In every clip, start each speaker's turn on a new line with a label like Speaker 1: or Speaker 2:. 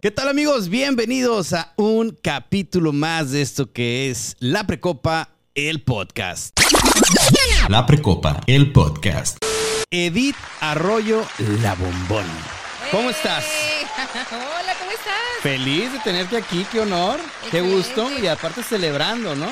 Speaker 1: ¿Qué tal amigos? Bienvenidos a un capítulo más de esto que es La Precopa, el podcast.
Speaker 2: La Precopa, el podcast.
Speaker 1: Edith Arroyo La Bombón. ¿Cómo estás?
Speaker 3: ¡Eh! Hola, ¿cómo estás?
Speaker 1: Feliz de tenerte aquí, qué honor, qué
Speaker 3: Eh. Excelente.
Speaker 1: gusto y aparte celebrando, ¿no?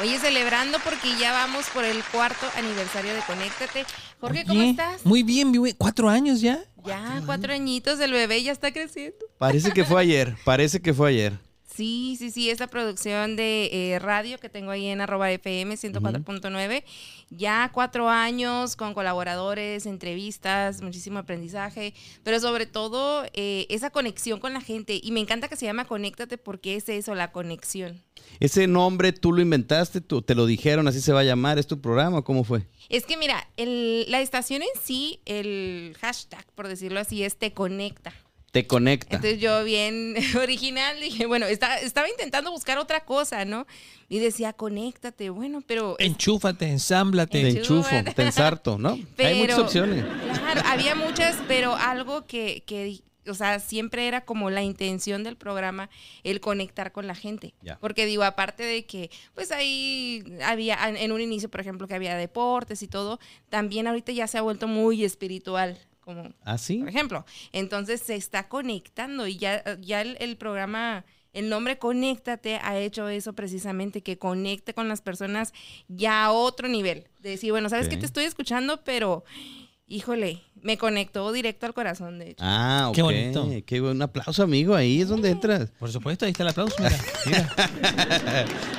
Speaker 3: Oye, celebrando porque ya vamos por el cuarto aniversario de Conéctate. Jorge, ¿cómo
Speaker 4: Oye,
Speaker 3: estás?
Speaker 4: Muy bien, bien, cuatro años ya.
Speaker 3: Ya, cuatro añitos del bebé ya está creciendo.
Speaker 1: Parece que fue ayer, parece que fue ayer.
Speaker 3: Sí, sí, sí, esta producción de eh, radio que tengo ahí en arroba FM 104.9, ya cuatro años con colaboradores, entrevistas, muchísimo aprendizaje, pero sobre todo eh, esa conexión con la gente. Y me encanta que se llama Conéctate porque es eso, la conexión.
Speaker 1: Ese nombre tú lo inventaste, tú- te lo dijeron, así se va a llamar, es tu programa, ¿cómo fue?
Speaker 3: Es que mira, el- la estación en sí, el hashtag, por decirlo así, es te conecta.
Speaker 1: Te conecta.
Speaker 3: Entonces yo bien original dije, bueno, está- estaba intentando buscar otra cosa, ¿no? Y decía, conéctate, bueno, pero...
Speaker 4: Enchúfate, ensámblate.
Speaker 1: te enchufo,
Speaker 3: enchufo.
Speaker 1: te ensarto, ¿no? Hay muchas
Speaker 3: Pero-
Speaker 1: opciones.
Speaker 3: Claro, había muchas, pero algo que, que di- o sea, siempre era como la intención del programa, el conectar con la gente.
Speaker 1: Ya.
Speaker 3: Porque digo, aparte de que, pues ahí había, en- en un inicio, por ejemplo, que había deportes y todo, también ahorita ya se ha vuelto muy espiritual, como
Speaker 1: ¿Ah, sí?
Speaker 3: por ejemplo. Entonces se está conectando y ya, eh, ya el, el programa, el nombre Conéctate ha hecho eso precisamente, que conecte con las personas ya a otro nivel. De decir, bueno, sabes
Speaker 1: Ok.
Speaker 3: que te estoy escuchando, pero híjole, me conectó directo al corazón, de hecho.
Speaker 1: Ah, ok.
Speaker 4: Qué bonito.
Speaker 1: Qué buen- un aplauso, amigo, ahí es donde entras.
Speaker 4: Por supuesto, ahí está el aplauso. Mira, mira.
Speaker 3: Este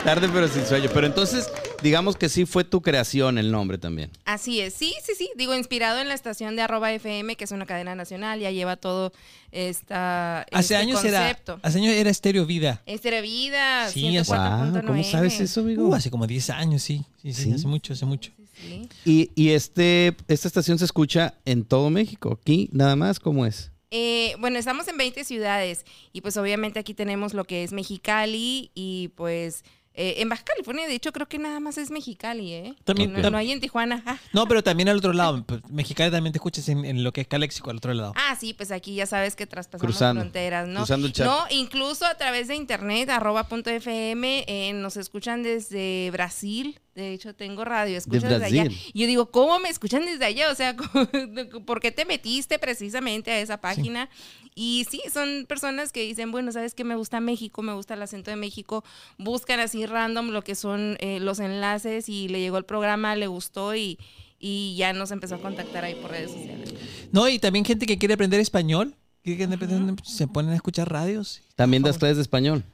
Speaker 1: Tarde pero sin sueño. Pero entonces, digamos que sí fue tu creación el nombre también.
Speaker 3: Así es, sí, sí, sí. Digo, inspirado en la estación de arroba FM, que es una cadena nacional, ya lleva todo esta,
Speaker 4: Hace
Speaker 3: este
Speaker 4: años era,
Speaker 3: concepto.
Speaker 4: hace años era Estéreo Vida.
Speaker 3: Estéreo Vida,
Speaker 4: Sí, o sea,
Speaker 1: Wow,
Speaker 3: 104.9.
Speaker 1: ¿cómo sabes eso, amigo?
Speaker 4: Uh, hace como 10 años, sí. Sí, sí,
Speaker 1: ¿Sí?
Speaker 4: hace mucho, hace mucho.
Speaker 3: Sí, sí.
Speaker 1: Y, y este, esta estación se escucha en todo México, aquí nada más, ¿cómo es?
Speaker 3: Eh, bueno, estamos en 20 ciudades y pues obviamente aquí tenemos lo que es Mexicali y pues eh, en Baja California, de hecho creo que nada más es Mexicali, ¿eh?
Speaker 4: También-
Speaker 3: no,
Speaker 4: tam-
Speaker 3: no hay en Tijuana. Ah,
Speaker 4: No, pero también al otro lado. pues, Mexicali también te escuchas en, en lo que es Caléxico, al otro lado.
Speaker 3: Ah, sí, pues aquí ya sabes que traspasamos
Speaker 1: Cruzando.
Speaker 3: fronteras, ¿no?
Speaker 1: Cruzando el charco.
Speaker 3: No, incluso a través de internet, arroba punto FM, eh, nos escuchan desde Brasil. De hecho, tengo radio, escuchas desde allá.
Speaker 1: Brasil.
Speaker 3: Y yo digo, ¿cómo me escuchan desde allá? O sea, ¿por qué te metiste precisamente a esa página? Y sí, son personas que dicen, bueno, sabes que me gusta México, me gusta el acento de México, buscan así random lo que son eh, los enlaces y le llegó el programa, le gustó y, y ya nos empezó a contactar ahí por redes sociales.
Speaker 4: No, y también gente que quiere aprender español. que quiere aprender- Se ponen a escuchar radios.
Speaker 1: También das clases de español.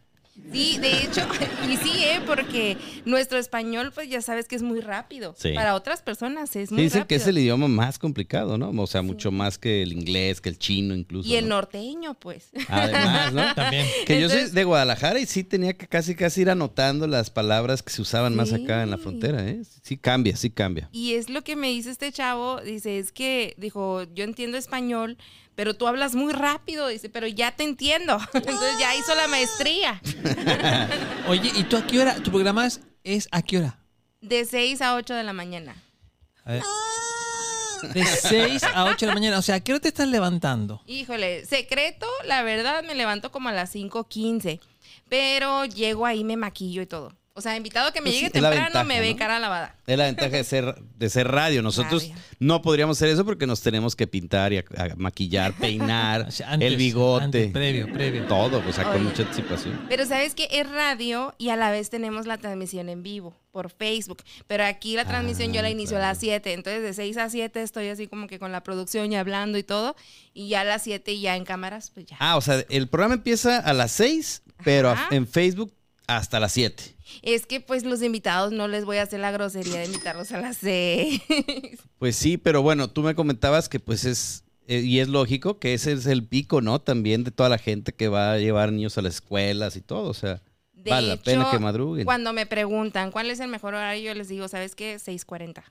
Speaker 3: Sí, de hecho, y sí, ¿eh? porque nuestro español, pues ya sabes que es muy rápido.
Speaker 1: Sí.
Speaker 3: Para otras personas es
Speaker 1: Sí,
Speaker 3: muy
Speaker 1: dicen
Speaker 3: rápido.
Speaker 1: que es el idioma más complicado, ¿no? O sea, mucho más que el inglés, que el chino incluso.
Speaker 3: y el
Speaker 1: ¿no?
Speaker 3: norteño, pues.
Speaker 1: Además, Ah, ¿no?
Speaker 4: También.
Speaker 1: Que yo soy
Speaker 3: Entonces-
Speaker 1: de Guadalajara y sí tenía que casi casi ir anotando las palabras que se usaban más acá en la
Speaker 3: Sí.
Speaker 1: frontera, ¿eh? Sí cambia, sí cambia.
Speaker 3: Y es lo que me dice este chavo, dice, es que, dijo, yo entiendo español, pero tú hablas muy rápido, dice, pero ya te entiendo. Entonces ya hizo la maestría.
Speaker 4: Oye, ¿y tú a qué hora? ¿Tu programa es, es a qué hora?
Speaker 3: De 6 a 8 de la mañana.
Speaker 4: A ver.
Speaker 3: Ah.
Speaker 4: De 6 a 8 de la mañana. O sea, ¿a qué hora te estás levantando?
Speaker 3: Híjole, secreto, la verdad me levanto como a las 5.15, pero llego ahí, me maquillo y todo. O sea, invitado que me
Speaker 1: Pues sí,
Speaker 3: llegue
Speaker 1: es la
Speaker 3: temprano, me
Speaker 1: ventaja,
Speaker 3: ve
Speaker 1: ¿no?
Speaker 3: cara lavada.
Speaker 1: Es la ventaja de ser, de ser radio. Nosotros
Speaker 3: Radio.
Speaker 1: no podríamos hacer eso porque nos tenemos que pintar y a- a maquillar, peinar,
Speaker 4: O sea, antes,
Speaker 1: el bigote,
Speaker 4: antes, previo, previo.
Speaker 1: todo, o sea, con
Speaker 3: Oye.
Speaker 1: mucha anticipación.
Speaker 3: Pero sabes que es radio y a la vez tenemos la transmisión en vivo por Facebook. Pero aquí la transmisión yo la
Speaker 1: Ah,
Speaker 3: inicio a las 7. Entonces de 6 a 7 estoy así como que con la producción y hablando y todo. Y ya a las 7 ya en cámaras, pues ya.
Speaker 1: Ah, o sea, el programa empieza a las 6, pero a-
Speaker 3: Ajá.
Speaker 1: en Facebook hasta las 7.
Speaker 3: Es que pues los invitados no les voy a hacer la grosería de invitarlos a las 6.
Speaker 1: Pues sí, pero bueno, tú me comentabas que pues es, eh, y es lógico, que ese es el pico, ¿no? También de toda la gente que va a llevar niños a las escuelas y todo, o sea,
Speaker 3: De
Speaker 1: vale la pena
Speaker 3: hecho,
Speaker 1: que madruguen.
Speaker 3: Cuando me preguntan cuál es el mejor horario, yo les digo, ¿sabes qué? 6.40.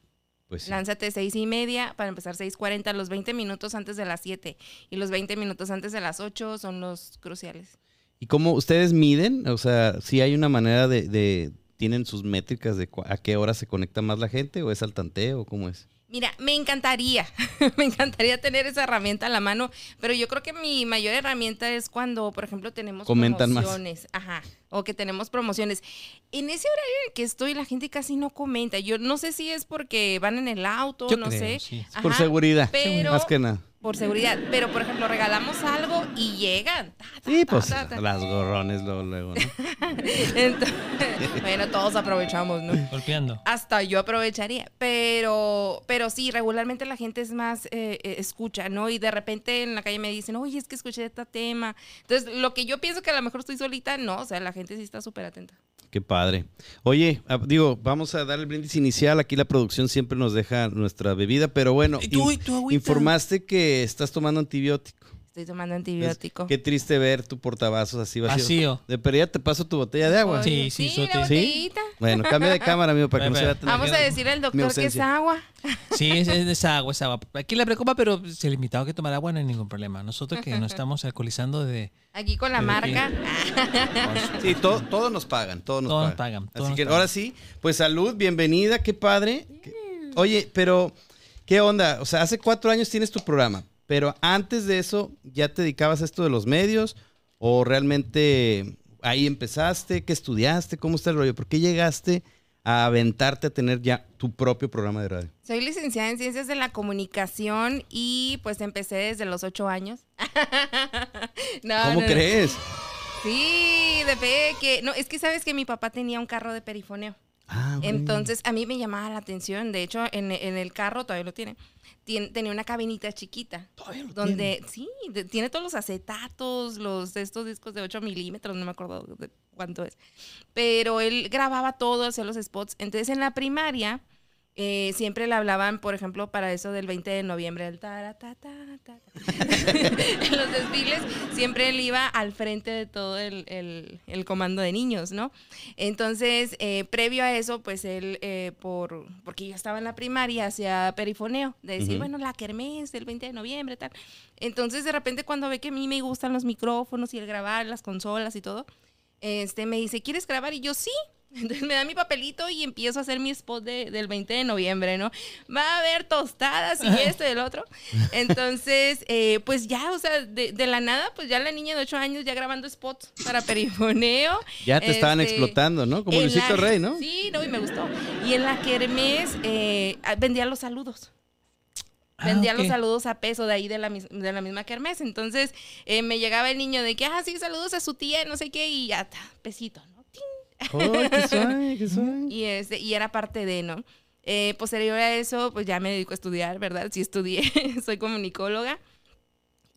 Speaker 1: Pues sí.
Speaker 3: Lánzate seis y media para empezar 6.40, los 20 minutos antes de las 7 y los 20 minutos antes de las 8 son los cruciales.
Speaker 1: ¿Y cómo ustedes miden? O sea, si hay una manera de, de- tienen sus métricas de cua- a qué hora se conecta más la gente o es al tanteo, ¿cómo es?
Speaker 3: Mira, me encantaría, me encantaría tener esa herramienta a la mano, pero yo creo que mi mayor herramienta es cuando, por ejemplo, tenemos
Speaker 1: Comentan más.
Speaker 3: promociones, ajá, o que tenemos promociones. En ese horario en el que estoy, la gente casi no comenta. Yo no sé si es porque van en el auto,
Speaker 4: Yo
Speaker 3: no
Speaker 4: creo,
Speaker 3: sé.
Speaker 4: sí.
Speaker 1: Por
Speaker 3: Ajá,
Speaker 1: seguridad,
Speaker 3: pero-
Speaker 1: más que nada.
Speaker 3: Por seguridad. Pero, por ejemplo, regalamos algo y llegan. Ta, ta,
Speaker 1: Sí,
Speaker 3: ta,
Speaker 1: pues
Speaker 3: ta, ta.
Speaker 1: las gorrones luego, luego, ¿no?
Speaker 3: Entonces, bueno, todos aprovechamos, ¿no?
Speaker 4: Golpeando.
Speaker 3: Hasta yo aprovecharía, pero, pero sí, regularmente la gente es más eh, eh, escucha, ¿no? Y de repente en la calle me dicen, oye, es que escuché este tema. Entonces, lo que yo pienso que a lo mejor estoy solita, no, o sea, la gente sí está súper atenta.
Speaker 1: Qué padre. Oye, ah, digo, vamos a dar el brindis inicial. Aquí la producción siempre nos deja nuestra bebida, pero bueno,
Speaker 4: Y tú,
Speaker 1: in-
Speaker 4: y tu agüita.
Speaker 1: informaste que estás tomando antibiótico.
Speaker 3: Estoy tomando antibiótico.
Speaker 1: Qué triste ver tu portavasos así vacío.
Speaker 4: Vacío.
Speaker 1: De perdida te paso tu botella de agua.
Speaker 4: Sí,
Speaker 3: Oye,
Speaker 4: sí,
Speaker 3: la
Speaker 4: Sote.
Speaker 1: ¿Sí?
Speaker 3: botellita.
Speaker 1: Bueno, cambia de cámara, amigo, para que no se vea
Speaker 4: Espera, espera.
Speaker 1: tan
Speaker 3: Vamos a
Speaker 1: ajeno.
Speaker 3: decir al
Speaker 1: Mi
Speaker 3: doctor que es
Speaker 1: ausencia.
Speaker 3: agua.
Speaker 4: Sí, es, es desagüe, es agua. Aquí la preocupa, pero si el invitado que tomar agua no hay ningún problema. Nosotros que nos estamos alcoholizando de... Ah,
Speaker 3: Aquí con la
Speaker 4: Pero
Speaker 3: marca.
Speaker 1: Sí, todo, todo nos pagan, todos nos
Speaker 4: Todos nos
Speaker 1: pagan.
Speaker 4: pagan, todos
Speaker 1: Así
Speaker 4: nos
Speaker 1: que
Speaker 4: pagan.
Speaker 1: ahora sí, pues salud, bienvenida, qué padre. Que- Oye, pero, ¿qué onda? O sea, hace cuatro años tienes tu programa, pero antes de eso, ¿ya te dedicabas a esto de los medios? ¿O realmente ahí empezaste? ¿Qué estudiaste? ¿Cómo está el rollo? ¿Por qué llegaste a aventarte a tener ya tu propio programa de radio?
Speaker 3: Soy licenciada en Ciencias de la Comunicación y pues empecé desde los ocho años. No,
Speaker 1: ¿Cómo
Speaker 3: Ah, no, no.
Speaker 1: crees?
Speaker 3: Sí, de fe que. No, es que sabes que mi papá tenía un carro de perifoneo.
Speaker 1: Ah, güey.
Speaker 3: Entonces, a mí me llamaba la atención. De hecho, en, en el carro todavía lo tiene. Tien- tenía una cabinita chiquita.
Speaker 1: Todavía lo
Speaker 3: donde, sí, de- tiene todos los acetatos, los de estos discos de 8 milímetros, no me acuerdo de cuánto es. Pero él grababa todo, hacía los spots. Entonces, en la primaria. eh, siempre le hablaban, por ejemplo, para eso del 20 de noviembre, el tara, ta, ta, ta, ta. en los desfiles, siempre él iba al frente de todo el, el- el comando de niños, ¿no? Entonces, eh, previo a eso, pues él, eh, por, porque yo estaba en la primaria, hacía perifoneo, de decir,
Speaker 1: Ujú.
Speaker 3: bueno, la kermés del 20 de noviembre, tal. Entonces, de repente, cuando ve que a mí me gustan los micrófonos y el grabar, las consolas y todo, este, me dice, ¿quieres grabar? Y yo, sí. Entonces me da mi papelito y empiezo a hacer mi spot de- del 20 de noviembre, ¿no? Va a haber tostadas y esto y el otro. Entonces, eh, pues ya, o sea, de, de la nada, pues ya la niña de 8 años ya grabando spots para perifoneo.
Speaker 1: Ya te estaban
Speaker 3: Este,
Speaker 1: explotando, ¿no? Como
Speaker 3: En
Speaker 1: Luisito
Speaker 3: la-
Speaker 1: Rey, ¿no?
Speaker 3: Sí, no, y me gustó. Y en la kermés eh, vendía los saludos.
Speaker 4: Ah,
Speaker 3: Vendía
Speaker 4: ok.
Speaker 3: los saludos a peso de ahí de la, mis- de la misma kermés. Entonces eh, me llegaba el niño de que, ah, sí, saludos a su tía, no sé qué, y ya, ta, pesito, ¿no? Tin.
Speaker 1: Ay, qué suave, qué suave.
Speaker 3: Y, este, y era parte de, ¿no? Eh, posterior a eso, pues ya me dedico a estudiar, ¿verdad? Sí estudié, soy comunicóloga.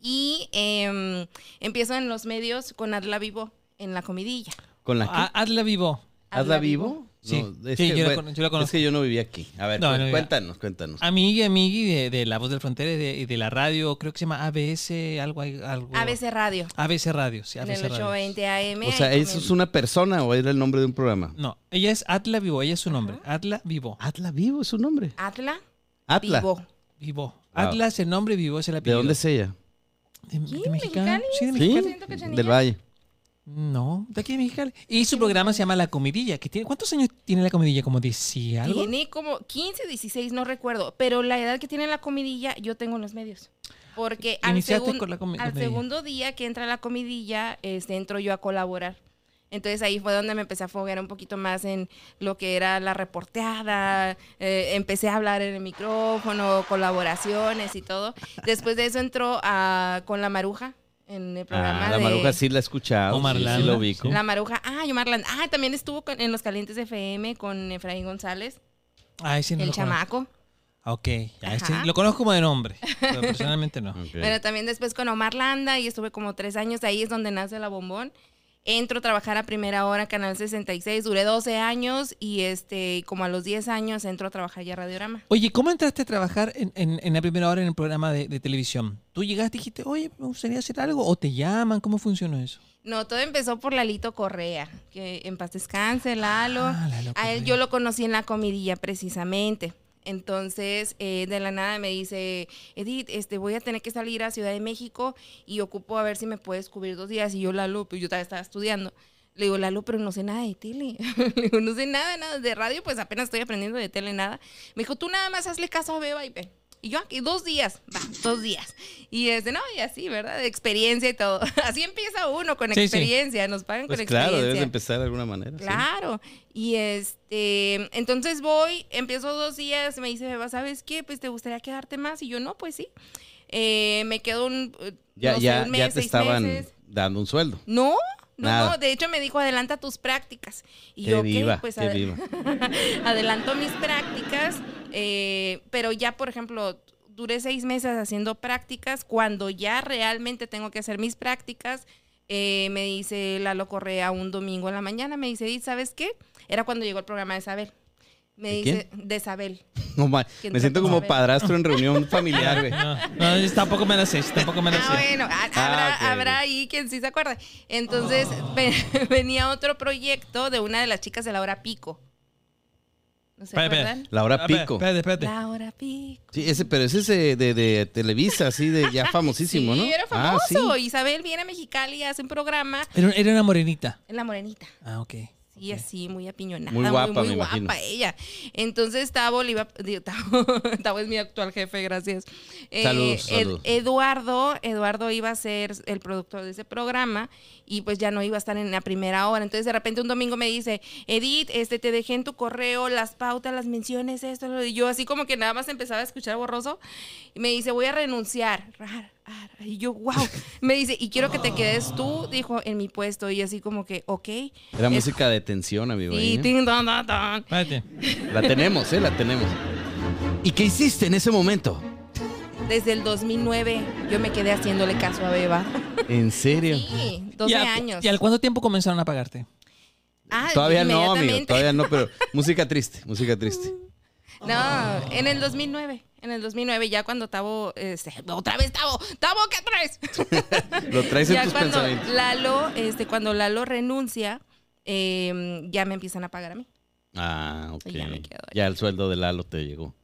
Speaker 3: Y em, empiezo en los medios con Adla Vivo en la comidilla.
Speaker 1: Con la
Speaker 4: Ah, Hazla vivo.
Speaker 1: ¿Hazla vivo?
Speaker 4: Sí.
Speaker 1: No, es,
Speaker 4: Sí,
Speaker 1: que,
Speaker 4: yo la
Speaker 1: bueno,
Speaker 4: con- yo la
Speaker 1: es
Speaker 4: conozco.
Speaker 1: que yo no Ah, viví aquí. A ver,
Speaker 4: No,
Speaker 1: cu-
Speaker 4: no vivía.
Speaker 1: cuéntanos, cuéntanos.
Speaker 4: Amigui, amigui de, de La Voz del Frontera y de, y de la radio, creo que se llama ABS, algo. ahí, algo
Speaker 3: ABC Radio,
Speaker 4: ABC Radio, sí,
Speaker 3: en
Speaker 4: ABC
Speaker 3: el
Speaker 4: Radio.
Speaker 3: 820 AM.
Speaker 1: o sea,
Speaker 3: ahí
Speaker 1: ¿eso es
Speaker 3: comen-
Speaker 1: una persona o era el nombre de un programa?
Speaker 4: No, ella es Atla Vivo, ella es su nombre. Atla Vivo.
Speaker 1: Atla Vivo es su nombre.
Speaker 3: Adla
Speaker 1: Atla.
Speaker 3: Vivo.
Speaker 4: Vivo. Atla es el nombre, Vivo es el
Speaker 1: ¿De
Speaker 4: apellido.
Speaker 1: dónde es ella?
Speaker 4: De, de
Speaker 3: ¿Sí?
Speaker 4: Mexicali.
Speaker 3: ¿Mexicali?
Speaker 4: Sí, de
Speaker 1: ¿Sí?
Speaker 4: Mexicali.
Speaker 3: Pues siento que Chenilla-
Speaker 1: Del Valle.
Speaker 4: No, de aquí de Mexicali. Y su programa se llama La Comidilla. Que tiene, ¿Cuántos años tiene La Comidilla? ¿Como 10 algo?
Speaker 3: Tiene como 15, 16, no recuerdo. Pero la edad que tiene la comidilla, yo tengo en los medios. Porque al,
Speaker 4: Iniciaste
Speaker 3: segun-
Speaker 4: con la comi-
Speaker 3: al
Speaker 4: comidilla.
Speaker 3: segundo día que entra la comidilla, este, entro yo a colaborar. Entonces ahí fue donde me empecé a foguear un poquito más en lo que era la reporteada, eh, empecé a hablar en el micrófono, colaboraciones y todo. Después de eso entró a- con la maruja en el programa.
Speaker 1: Ah, la
Speaker 3: de-
Speaker 1: Maruja sí la he escuchado.
Speaker 4: Omar
Speaker 1: sí, sí
Speaker 4: Landa,
Speaker 1: lo ubico.
Speaker 3: La maruja, ah, yo Marlan. Ah, también estuvo con- en Los Calientes FM con Efraín González,
Speaker 4: Ah, ese no
Speaker 3: el
Speaker 4: lo conozco.
Speaker 3: chamaco.
Speaker 4: Ah, Ok, ya, ese
Speaker 3: Ajá.
Speaker 4: lo conozco como de nombre, pero personalmente no.
Speaker 1: Ok.
Speaker 3: Bueno, también después con Omar Landa y estuve como tres años, ahí es donde nace la bombón. Entro a trabajar a primera hora, Canal 66, duré 12 años y este, como a los 10 años entro a trabajar ya a Radiorama.
Speaker 4: Oye, ¿cómo entraste a trabajar en, en- en la primera hora en el programa de, de televisión? ¿Tú llegaste y dijiste, oye, me gustaría hacer algo? ¿O te llaman? ¿Cómo funcionó eso?
Speaker 3: No, todo empezó por Lalito Correa, que en paz descanse, Lalo.
Speaker 4: Ah, Lalo
Speaker 3: a él
Speaker 4: Correa.
Speaker 3: yo lo conocí en la comidilla precisamente. Entonces, eh, de la nada me dice, Edith, este, voy a tener que salir a Ciudad de México y ocupo a ver si me puedes cubrir dos días. Y yo, Lalo, pues yo todavía estaba estudiando. Le digo, Lalo, pero no sé nada de tele. Le digo, no sé nada, nada de radio, pues apenas estoy aprendiendo de tele, nada. Me dijo, tú nada más hazle caso a Beba y ven. Y yo aquí dos días, va, dos días. Y este, no, y así, ¿verdad? De experiencia y todo. Así empieza uno con
Speaker 4: Sí, sí.
Speaker 3: experiencia, nos pagan
Speaker 1: Pues
Speaker 3: con
Speaker 1: claro,
Speaker 3: experiencia.
Speaker 1: debes de empezar de alguna manera. sí.
Speaker 3: Claro. Y este, entonces voy, empiezo dos días, me dice, Beba, ¿sabes qué? Pues te gustaría quedarte más. Y yo, no, pues sí. Eh, me quedo un, eh,
Speaker 1: Ya,
Speaker 3: no sé,
Speaker 1: ya,
Speaker 3: un mes,
Speaker 1: ya te
Speaker 3: seis
Speaker 1: estaban
Speaker 3: meses.
Speaker 1: dando un sueldo.
Speaker 3: No, no,
Speaker 1: Nada.
Speaker 3: no. De hecho, me dijo, adelanta tus prácticas. Y
Speaker 1: Qué
Speaker 3: yo, ok,
Speaker 1: viva,
Speaker 3: pues
Speaker 1: qué
Speaker 3: ade-
Speaker 1: viva.
Speaker 3: adelanto mis prácticas, eh, pero ya, por ejemplo, duré seis meses haciendo prácticas. Cuando ya realmente tengo que hacer mis prácticas, eh, me dice Lalo Correa un domingo en la mañana, me dice, ¿y sabes qué? Era cuando llegó el programa de Sabel. Me
Speaker 1: ¿De
Speaker 3: dice, de Sabel.
Speaker 1: No ma-
Speaker 3: ¿Quién
Speaker 1: me siento
Speaker 3: te
Speaker 1: como
Speaker 3: sabe?
Speaker 1: padrastro en reunión familiar, güey.
Speaker 4: No, no, yo tampoco me la sé, yo tampoco me la
Speaker 3: Ah,
Speaker 4: sé.
Speaker 3: bueno, a-
Speaker 1: Ah,
Speaker 3: habrá,
Speaker 1: ok,
Speaker 3: habrá
Speaker 1: ok.
Speaker 3: ahí quien sí se acuerda. Entonces, ve- venía otro proyecto de una de las chicas de la hora pico. ¿No se
Speaker 4: Espera, espera.
Speaker 3: acuerdan?
Speaker 1: La hora
Speaker 4: Ah,
Speaker 1: pico.
Speaker 4: Espérate, espérate.
Speaker 3: La hora pico.
Speaker 1: Sí, ese, pero ese es eh, de, de Televisa, así de ya famosísimo, ¿no?
Speaker 3: Sí, era
Speaker 1: Ah, sí.
Speaker 3: famoso. Isabel viene a Mexicali y hace un programa
Speaker 4: Era, era una morenita.
Speaker 3: en La Morenita.
Speaker 4: Ah, ok.
Speaker 3: Y así, muy apiñonada.
Speaker 1: Muy guapa, me
Speaker 3: guapa
Speaker 1: imagino.
Speaker 3: ella. Entonces, Tavo, le iba- digo, Tavo, Tavo es mi actual jefe, gracias. Eh,
Speaker 1: Saludos, saludos.
Speaker 3: Eduardo, Eduardo iba a ser el productor de ese programa y pues ya no iba a estar en la primera hora. Entonces, de repente un domingo me dice, Edith, este, te dejé en tu correo las pautas, las menciones, esto. lo-". Y yo así como que nada más empezaba a escuchar borroso y me dice, voy a renunciar. Rar, ar. Y yo, wow. Me dice, y quiero que te quedes tú, dijo, en mi puesto. Y así como que, ok.
Speaker 1: Era
Speaker 3: Es-
Speaker 1: música de tensión, amigo.
Speaker 3: Sí,
Speaker 1: ahí, ¿eh?
Speaker 3: tin, don, don, don.
Speaker 4: Espérate.
Speaker 1: La tenemos, ¿eh? La tenemos. ¿Y qué hiciste en ese momento?
Speaker 3: Desde el 2009 yo me quedé haciéndole caso a Beba.
Speaker 1: ¿En serio?
Speaker 3: Sí, 12
Speaker 4: ¿Y a-
Speaker 3: años.
Speaker 4: ¿Y al cuánto tiempo comenzaron a pagarte?
Speaker 3: Ah,
Speaker 1: Todavía no, amigo,
Speaker 3: inmediatamente.
Speaker 1: todavía no, pero música triste, música triste.
Speaker 3: No, en el 2009. En el 2009, ya cuando Tavo. este, otra vez Tavo. Tavo, ¿qué traes?
Speaker 1: Lo traes en
Speaker 3: ya
Speaker 1: tus
Speaker 3: cuando
Speaker 1: pensamientos.
Speaker 3: Lalo, este, cuando Lalo renuncia, eh, ya me empiezan a pagar a mí.
Speaker 1: Ah, ok.
Speaker 3: Y ya me quedo ahí.
Speaker 1: Ya el sueldo de Lalo te llegó.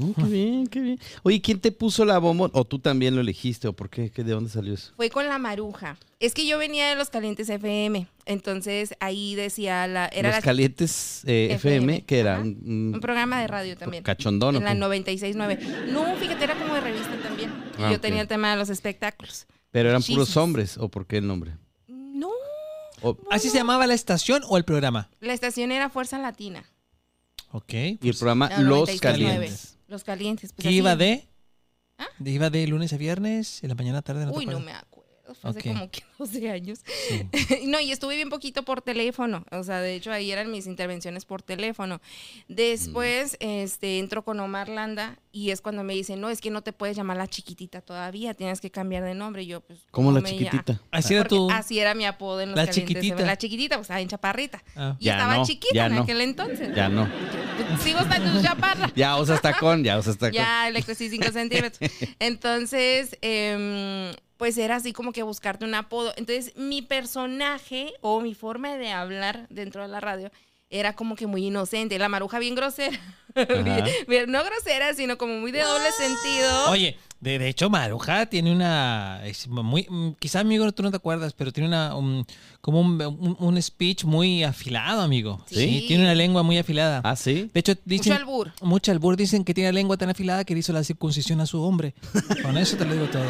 Speaker 1: Oh, qué bien, qué bien. Oye, ¿quién te puso la bomba? ¿O tú también lo elegiste? ¿O por qué? ¿Qué- ¿De dónde salió eso?
Speaker 3: Fue con la maruja. Es que yo venía de los calientes FM. Entonces ahí decía la. Era
Speaker 1: Los
Speaker 3: la-
Speaker 1: Calientes eh, FM,
Speaker 3: FM,
Speaker 1: que era
Speaker 3: ajá.
Speaker 1: un, un
Speaker 3: un programa de radio también.
Speaker 1: cachondón. ¿o
Speaker 3: En la
Speaker 1: qué?
Speaker 3: 96.9. No, fíjate, era como de revista también. Y
Speaker 1: Ah,
Speaker 3: yo
Speaker 1: ok.
Speaker 3: tenía el tema de los espectáculos.
Speaker 1: Pero eran puros
Speaker 3: Jesus.
Speaker 1: hombres, ¿o por qué el nombre?
Speaker 3: No,
Speaker 1: O-
Speaker 4: ¿Así se llamaba la estación o el programa?
Speaker 3: la estación era Fuerza Latina.
Speaker 4: Ok. pues,
Speaker 1: y el programa
Speaker 3: La
Speaker 1: Los
Speaker 3: 96.9.
Speaker 1: Calientes.
Speaker 3: Los Calientes. Pues
Speaker 4: ¿Qué
Speaker 3: así.
Speaker 4: iba de?
Speaker 3: ¿Ah?
Speaker 4: ¿De- ¿Iba de lunes a viernes? ¿En la mañana, tarde? No te
Speaker 3: Uy, no
Speaker 4: acuerdas?
Speaker 3: me acuerdo. Fue
Speaker 4: Ok.
Speaker 3: hace como que 12 años.
Speaker 4: Sí.
Speaker 3: no, y estuve bien poquito por teléfono. O sea, de hecho, ahí eran mis intervenciones por teléfono. Después,
Speaker 1: Mm.
Speaker 3: este, entro con Omar Landa y es cuando me dicen, no, es que no te puedes llamar la chiquitita todavía, tienes que cambiar de nombre. Y yo, pues.
Speaker 1: ¿Cómo la
Speaker 3: me llamo?
Speaker 1: chiquitita?
Speaker 4: Así era
Speaker 3: Porque
Speaker 4: tú.
Speaker 3: Así era mi apodo en los
Speaker 4: La
Speaker 3: calientes.
Speaker 4: chiquitita.
Speaker 3: La chiquitita, pues estaba en chaparrita.
Speaker 4: Ah.
Speaker 3: Y
Speaker 1: Ya
Speaker 3: estaba
Speaker 1: no, ya
Speaker 3: chiquita en
Speaker 1: no.
Speaker 3: aquel entonces.
Speaker 1: Ya no.
Speaker 3: Sigo estando chaparra.
Speaker 1: Ya usas tacón, ya usas tacón.
Speaker 3: Ya le crecí 5 centímetros. Entonces, em, pues era así como que buscarte un apodo. Entonces, mi personaje o mi forma de hablar dentro de la radio era como que muy inocente. La maruja bien grosera.
Speaker 1: Ajá.
Speaker 3: Bien- no grosera, sino como muy de doble sentido.
Speaker 4: Oye, de, de hecho, Maruja tiene una. es muy, mm, quizás, amigo, tú no te acuerdas, pero tiene una. un- como un, un- un speech muy afilado, amigo.
Speaker 3: Sí.
Speaker 4: Tiene una lengua muy afilada.
Speaker 1: ¿Ah, sí?
Speaker 4: De hecho, dicen.
Speaker 3: Mucho albur.
Speaker 4: Mucho albur. Dicen que tiene la lengua tan afilada que le hizo la circuncisión a su hombre. Con eso te lo digo todo.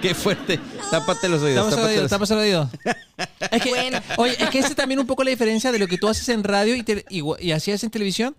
Speaker 1: Qué fuerte. Tápate los oídos.
Speaker 4: Estamos al
Speaker 1: Tápate
Speaker 4: oído,
Speaker 1: los...
Speaker 4: estamos al oído. Es que,
Speaker 3: Bueno.
Speaker 4: Oye, es que esa también un poco la diferencia de lo que tú haces en radio y, te- y, y hacías en televisión,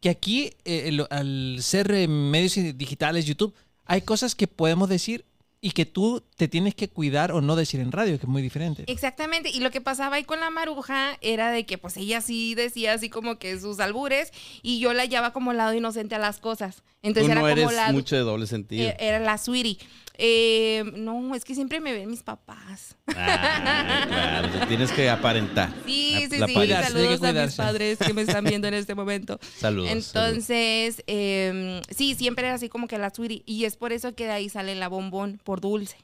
Speaker 4: que aquí, eh, lo- al ser eh, medios digitales, YouTube, hay cosas que podemos decir y que tú te tienes que cuidar o no decir en radio, que es muy diferente.
Speaker 3: Eh. Exactamente, y lo que pasaba ahí con la maruja era de que pues ella sí decía así como que sus albures y yo la llevaba como lado inocente a las cosas.
Speaker 1: Tú
Speaker 3: Entonces era
Speaker 1: no
Speaker 3: como
Speaker 1: eres
Speaker 3: la
Speaker 1: mucho de doble sentido.
Speaker 3: eh, era la sweetie. Eh, no, es que siempre me ven mis papás.
Speaker 1: Ah, claro, tú tienes que aparentar.
Speaker 3: Sí,
Speaker 1: La-
Speaker 3: sí,
Speaker 1: la
Speaker 3: sí.
Speaker 1: apariencia.
Speaker 4: Cuidarse, hay que
Speaker 3: Saludos a mis
Speaker 4: cuidarse.
Speaker 3: padres que me están viendo en este momento.
Speaker 1: Saludos. saludos.
Speaker 3: Entonces, eh, sí, siempre era así como que la sweetie. Y es por eso que de ahí sale la bombón por dulce.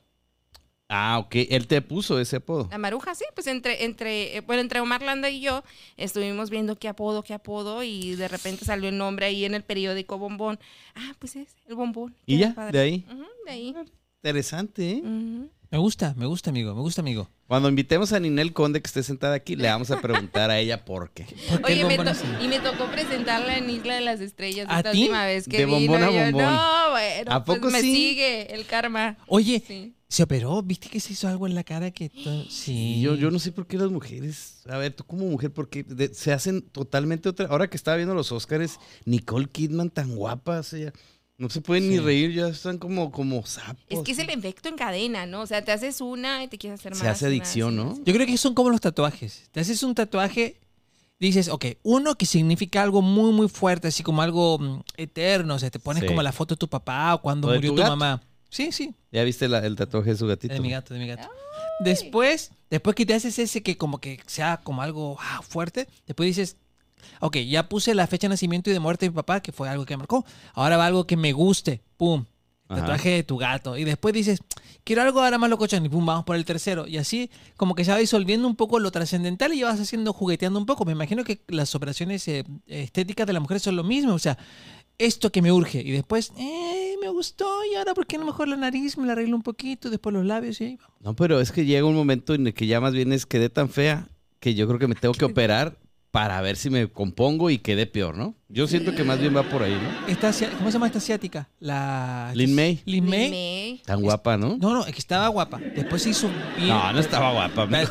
Speaker 1: Ah, ok. Él te puso ese apodo.
Speaker 3: La maruja, sí, pues entre, entre, eh, bueno, entre Omar Landa y yo estuvimos viendo qué apodo, qué apodo, y de repente salió el nombre ahí en el periódico Bombón. Ah, pues es el bombón.
Speaker 1: ¿Y
Speaker 3: Qué
Speaker 1: ya?
Speaker 3: padre.
Speaker 1: ¿De ahí? Ah,
Speaker 3: Ujú, de ahí.
Speaker 1: Interesante, ¿eh?
Speaker 3: Ujú.
Speaker 4: Me gusta, me gusta, amigo, me gusta, amigo.
Speaker 1: Cuando invitemos a Ninel Conde que esté sentada aquí, le vamos a preguntar a ella por qué.
Speaker 4: ¿Por qué
Speaker 3: Oye, me
Speaker 4: bombón
Speaker 3: to-
Speaker 4: así?
Speaker 3: y me tocó presentarla en Isla de las Estrellas
Speaker 4: ¿A
Speaker 3: esta
Speaker 4: ti?
Speaker 3: última vez que
Speaker 1: De
Speaker 3: vino.
Speaker 1: bombón a
Speaker 3: yo,
Speaker 1: bombón.
Speaker 3: No, bueno,
Speaker 1: ¿A
Speaker 3: pues
Speaker 1: poco
Speaker 3: me
Speaker 1: sí?
Speaker 3: sigue el karma.
Speaker 4: Oye,
Speaker 3: Sí.
Speaker 4: se operó, ¿viste que se hizo algo en la cara que to- sí?
Speaker 1: Y yo, yo no sé por qué las mujeres, a ver, tú como mujer, porque se hacen totalmente otra. Ahora que estaba viendo los Óscares, Nicole Kidman tan guapa, o sea, no se pueden ni
Speaker 4: Sí.
Speaker 1: reír, ya están como, como sapos.
Speaker 3: Es que es el efecto en cadena, ¿no? O sea, te haces una y te quieres hacer más.
Speaker 1: Se hace
Speaker 3: y más,
Speaker 1: adicción,
Speaker 3: y
Speaker 1: ¿no?
Speaker 3: más.
Speaker 4: Yo creo que son como los tatuajes. Te haces un tatuaje, dices, ok, uno que significa algo muy, muy fuerte, así como algo mm, eterno. O sea, te pones
Speaker 1: Sí.
Speaker 4: como la foto de tu papá o cuando
Speaker 1: O de
Speaker 4: murió
Speaker 1: tu
Speaker 4: tu,
Speaker 1: gato.
Speaker 4: mamá. Sí, sí,
Speaker 1: Ya viste la- el tatuaje de su gatito.
Speaker 4: de mi gato, de mi gato. Después, después que te haces ese que como que sea como algo ah, fuerte, después dices, ok, ya puse la fecha de nacimiento y de muerte de mi papá, que fue algo que me marcó. Ahora va algo que me guste, pum.
Speaker 1: Ajá.
Speaker 4: Tatuaje de tu gato. Y después dices, quiero algo ahora más locochón. Y pum, vamos por el tercero. Y así, como que se va disolviendo un poco lo trascendental y ya vas haciendo, jugueteando un poco. Me imagino que las operaciones eh, estéticas de las mujeres son lo mismo. O sea, esto que me urge. Y después, eh, me gustó. Y ahora, ¿por qué no mejor la nariz? Me la arreglo un poquito. Después los labios. Y ahí vamos.
Speaker 1: No, pero es que llega un momento en el que ya más bien es quedé tan fea que yo creo que me tengo que operar para ver si me compongo y quedé peor, ¿no? Yo siento que más bien va por ahí, ¿no?
Speaker 4: Esta asi- ¿Cómo se llama esta asiática? La.
Speaker 1: Lin May.
Speaker 4: Lin
Speaker 3: Lin
Speaker 4: May.
Speaker 3: May.
Speaker 1: Tan guapa, ¿no? No,
Speaker 4: No, no, es que estaba guapa. Después se hizo bien.
Speaker 1: no, estaba guapa.
Speaker 4: Pero-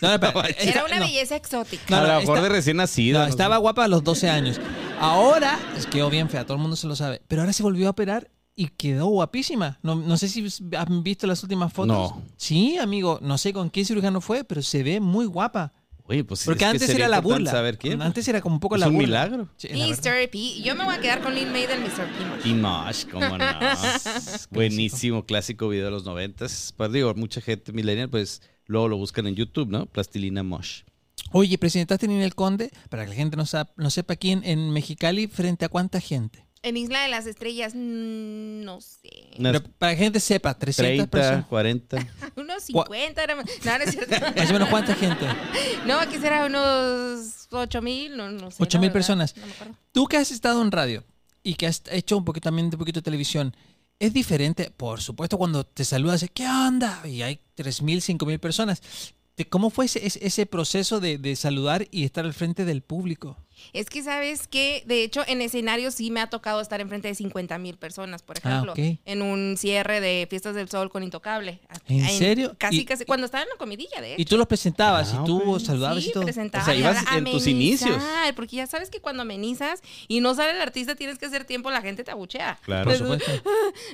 Speaker 4: no, no, pero-
Speaker 3: Era
Speaker 4: esta-
Speaker 3: una
Speaker 4: no.
Speaker 3: belleza exótica.
Speaker 4: No,
Speaker 1: a
Speaker 4: no,
Speaker 1: lo mejor
Speaker 4: esta-
Speaker 1: de recién nacida.
Speaker 4: No,
Speaker 1: no sé.
Speaker 4: estaba guapa a los 12 años. Ahora es quedó bien fea, todo el mundo se lo sabe. Pero ahora se volvió a operar y quedó guapísima. No, no sé si han visto las últimas fotos.
Speaker 1: No.
Speaker 4: Sí, amigo, no sé con qué cirujano fue, pero se ve muy guapa.
Speaker 1: Oye, pues sí,
Speaker 4: Porque
Speaker 1: es que
Speaker 4: antes
Speaker 1: sería
Speaker 4: era la
Speaker 1: importante
Speaker 4: burla.
Speaker 1: saber quién.
Speaker 4: Antes era como un poco
Speaker 1: Es
Speaker 4: la
Speaker 1: un
Speaker 4: burla.
Speaker 1: milagro.
Speaker 4: Sí, la verdad.
Speaker 3: Mr. P. Yo me voy a quedar con Lin May del Mr. P.
Speaker 1: Dimash, cómo no. Buenísimo, clásico video de los noventas. Pues digo, mucha gente millennial, pues luego lo buscan en YouTube, ¿no? Plastilina Mosh.
Speaker 4: Oye, presentaste a Ninel Conde, para que la gente no, sa- no sepa quién, en Mexicali, frente a cuánta gente.
Speaker 3: En Isla de las Estrellas, mm, no sé.
Speaker 1: Unas
Speaker 4: Pero para que la gente sepa, 300
Speaker 1: 30,
Speaker 4: personas.
Speaker 1: 40.
Speaker 3: Unos 50. era- No, no es cierto.
Speaker 4: Más o menos cuánta gente.
Speaker 3: No, aquí será unos 8 mil, no, no sé.
Speaker 4: Ocho
Speaker 3: la
Speaker 4: mil
Speaker 3: verdad,
Speaker 4: personas.
Speaker 3: No me acuerdo.
Speaker 4: Tú que has estado en radio y que has hecho un poquito también de poquito de televisión, es diferente, por supuesto, cuando te saludas, ¿qué onda? Y hay 3.000, 5.000 personas. ¿De ¿Cómo fue ese, ese- ese proceso de, de saludar y estar al frente del público?
Speaker 3: Es que sabes que, de hecho, en escenario sí me ha tocado estar enfrente de 50 mil personas, por
Speaker 4: Ah,
Speaker 3: ejemplo,
Speaker 4: ok.
Speaker 3: en un cierre de Fiestas del Sol con Intocable.
Speaker 4: ¿En serio?
Speaker 3: Casi,
Speaker 4: Y-
Speaker 3: casi, cuando estaba en la comidilla, de
Speaker 4: Y
Speaker 3: hecho.
Speaker 4: tú los presentabas
Speaker 1: Ah,
Speaker 4: y tú
Speaker 1: ok.
Speaker 4: saludabas
Speaker 3: sí,
Speaker 4: y todo.
Speaker 3: presentaba
Speaker 1: O sea,
Speaker 3: y
Speaker 1: ibas
Speaker 3: ahora
Speaker 1: en tus
Speaker 3: amenizar,
Speaker 1: inicios.
Speaker 3: Porque ya sabes que cuando amenizas y no sale el artista, tienes que hacer tiempo, la gente te abuchea.
Speaker 1: Claro.
Speaker 4: Por supuesto.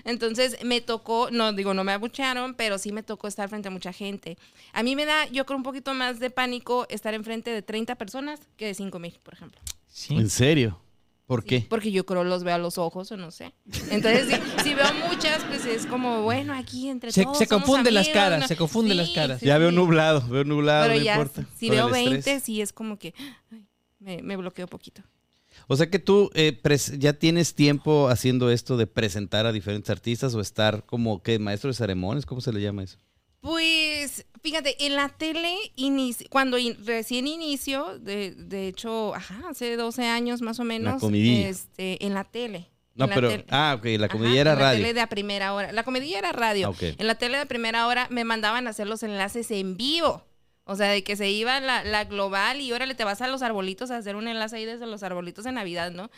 Speaker 3: Entonces me tocó, no digo, no me abuchearon, pero sí me tocó estar frente a mucha gente. A mí me da, yo creo, un poquito más de pánico estar enfrente de 30 personas que de 5 mil, por ejemplo.
Speaker 4: Sí.
Speaker 1: ¿En serio? ¿Por
Speaker 3: Sí,
Speaker 1: qué?
Speaker 3: Porque yo creo los veo a los ojos o no sé. Entonces, si, si veo muchas, pues es como, bueno, aquí entre
Speaker 4: Se-
Speaker 3: todos.
Speaker 4: se
Speaker 3: somos
Speaker 4: confunden las
Speaker 3: amigos,
Speaker 4: caras, se confunden las caras.
Speaker 1: ya veo
Speaker 3: sí.
Speaker 1: nublado, veo nublado,
Speaker 3: Pero
Speaker 1: no
Speaker 3: ya,
Speaker 1: importa.
Speaker 3: si
Speaker 1: por
Speaker 3: veo
Speaker 1: el
Speaker 3: 20,
Speaker 1: estrés.
Speaker 3: sí es como que ay, me, me bloqueo poquito.
Speaker 1: O sea que tú eh, pres- ya tienes tiempo haciendo esto de presentar a diferentes artistas o estar como que maestro de ceremonias, ¿cómo se le llama eso?
Speaker 3: Pues, fíjate, en la tele, inici- cuando in- recién inicio, de, de hecho, ajá, hace 12 años más o menos,
Speaker 1: comidilla.
Speaker 3: este, en la tele.
Speaker 1: No,
Speaker 3: en la
Speaker 1: pero
Speaker 3: tele.
Speaker 1: ah, ok, la
Speaker 3: Ajá,
Speaker 1: comidilla era
Speaker 3: en La
Speaker 1: radio.
Speaker 3: tele de a primera hora. La comidilla era radio.
Speaker 1: Ah, ok.
Speaker 3: En la tele de primera hora me mandaban a hacer los enlaces en vivo. O sea, de que se iba la, la global y órale, te vas a los arbolitos a hacer un enlace ahí desde los arbolitos de Navidad, ¿no?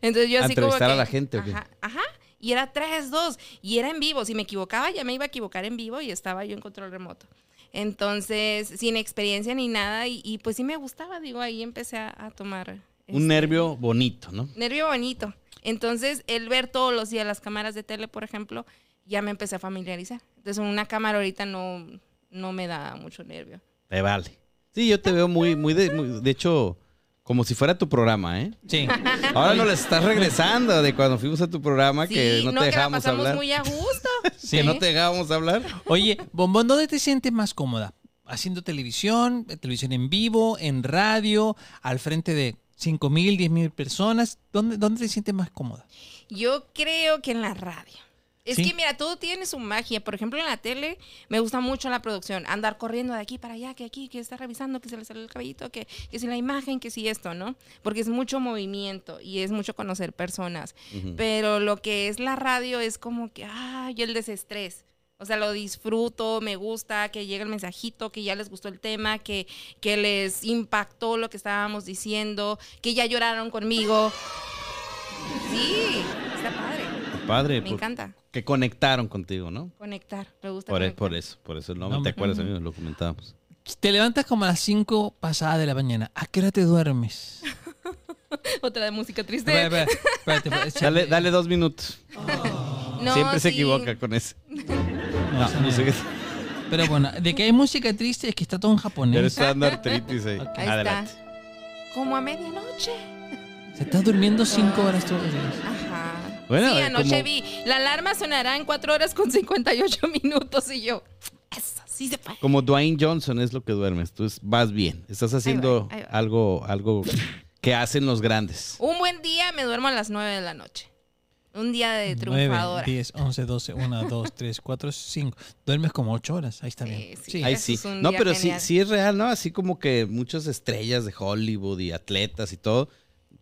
Speaker 3: Entonces yo
Speaker 1: ¿A
Speaker 3: así
Speaker 1: entrevistar
Speaker 3: como
Speaker 1: a
Speaker 3: que-
Speaker 1: la gente o qué?
Speaker 3: Ajá, ajá. Y era 3, 2. Y era en vivo. Si me equivocaba, ya me iba a equivocar en vivo y estaba yo en control remoto. Entonces, sin experiencia ni nada. Y, y pues sí me gustaba, digo, ahí empecé a, a tomar.
Speaker 1: Un
Speaker 3: este,
Speaker 1: nervio bonito, ¿no?
Speaker 3: nervio bonito. Entonces, el ver todos los días las cámaras de tele, por ejemplo, ya me empecé a familiarizar. Entonces, una cámara ahorita no, no me da mucho nervio.
Speaker 1: Te vale. Sí, yo te veo muy, muy de, muy- de hecho, como si fuera tu programa, ¿eh?
Speaker 4: Sí.
Speaker 1: Ahora no le estás regresando de cuando fuimos a tu programa Ah, que
Speaker 3: Sí,
Speaker 1: no,
Speaker 3: no,
Speaker 1: te
Speaker 3: que la
Speaker 1: dejábamos
Speaker 3: pasamos
Speaker 1: hablar.
Speaker 3: muy a gusto.
Speaker 1: Que no te dejábamos hablar.
Speaker 4: Oye, Bombón, ¿dónde te sientes más cómoda? ¿Haciendo televisión, eh, televisión en vivo, en radio, al frente de 5.000, 10.000 personas? ¿Dónde, ¿Dónde te sientes más cómoda?
Speaker 3: Yo creo que en la radio. Es
Speaker 4: Sí.
Speaker 3: que mira, todo tiene su magia. Por ejemplo, en la tele me gusta mucho la producción. Andar corriendo de aquí para allá, que aquí, que está revisando, que se le salió el cabellito, que, que si la imagen, que si esto, ¿no? Porque es mucho movimiento y es mucho conocer personas.
Speaker 1: Ujú.
Speaker 3: Pero lo que es la radio es como que, ay, el desestrés. O sea, lo disfruto, me gusta, que llega el mensajito, que ya les gustó el tema, que, que les impactó lo que estábamos diciendo, que ya lloraron conmigo. Sí, está padre.
Speaker 1: Padre,
Speaker 3: Me
Speaker 1: por-
Speaker 3: encanta
Speaker 1: que conectaron contigo, ¿no?
Speaker 3: conectar. Me gusta
Speaker 1: Por, e-
Speaker 3: conectar.
Speaker 1: por eso, por eso el nombre.
Speaker 4: No,
Speaker 1: ¿Te
Speaker 4: me-
Speaker 1: acuerdas, amigos? Lo comentábamos.
Speaker 4: Te levantas como a las 5 pasada de la mañana. ¿A qué hora te duermes?
Speaker 3: Otra de música triste.
Speaker 4: Espera, espera, espérate, espérate, espérate.
Speaker 1: Dale, dale dos minutos.
Speaker 3: No,
Speaker 1: Siempre se
Speaker 3: sí.
Speaker 1: equivoca con ese.
Speaker 4: No,
Speaker 1: No,
Speaker 4: esa
Speaker 1: no sé qué.
Speaker 4: Pero bueno, de que hay música triste es que está todo en
Speaker 1: Ya le
Speaker 4: japonés.
Speaker 1: está dando artritis ahí.
Speaker 4: Ok.
Speaker 3: Ahí
Speaker 1: Adelante.
Speaker 3: está. Como a medianoche.
Speaker 4: Se está durmiendo 5 horas todos los días.
Speaker 3: Ajá.
Speaker 1: Bueno,
Speaker 3: sí,
Speaker 1: eh,
Speaker 3: anoche
Speaker 1: como-
Speaker 3: vi. La alarma sonará en 4 horas con 58 minutos y yo. Eso, sí se puede.
Speaker 1: Como Dwayne Johnson es lo que duermes. Tú es- vas bien. Estás haciendo
Speaker 3: ahí va.
Speaker 1: algo, algo que hacen los grandes.
Speaker 3: Un buen día me duermo a las 9 de la noche. Un día de
Speaker 4: 9,
Speaker 3: triunfadora.
Speaker 4: 10, 11, 12, 1, 2, 3, 4, 5. Duermes como 8 horas. Ahí está
Speaker 3: Sí,
Speaker 4: bien.
Speaker 3: sí.
Speaker 4: Sí.
Speaker 1: Ahí
Speaker 3: Eso
Speaker 1: sí.
Speaker 3: es un
Speaker 1: No,
Speaker 3: día
Speaker 1: pero sí,
Speaker 3: genial.
Speaker 1: sí es real, ¿no? Así como que muchas estrellas de Hollywood y atletas y todo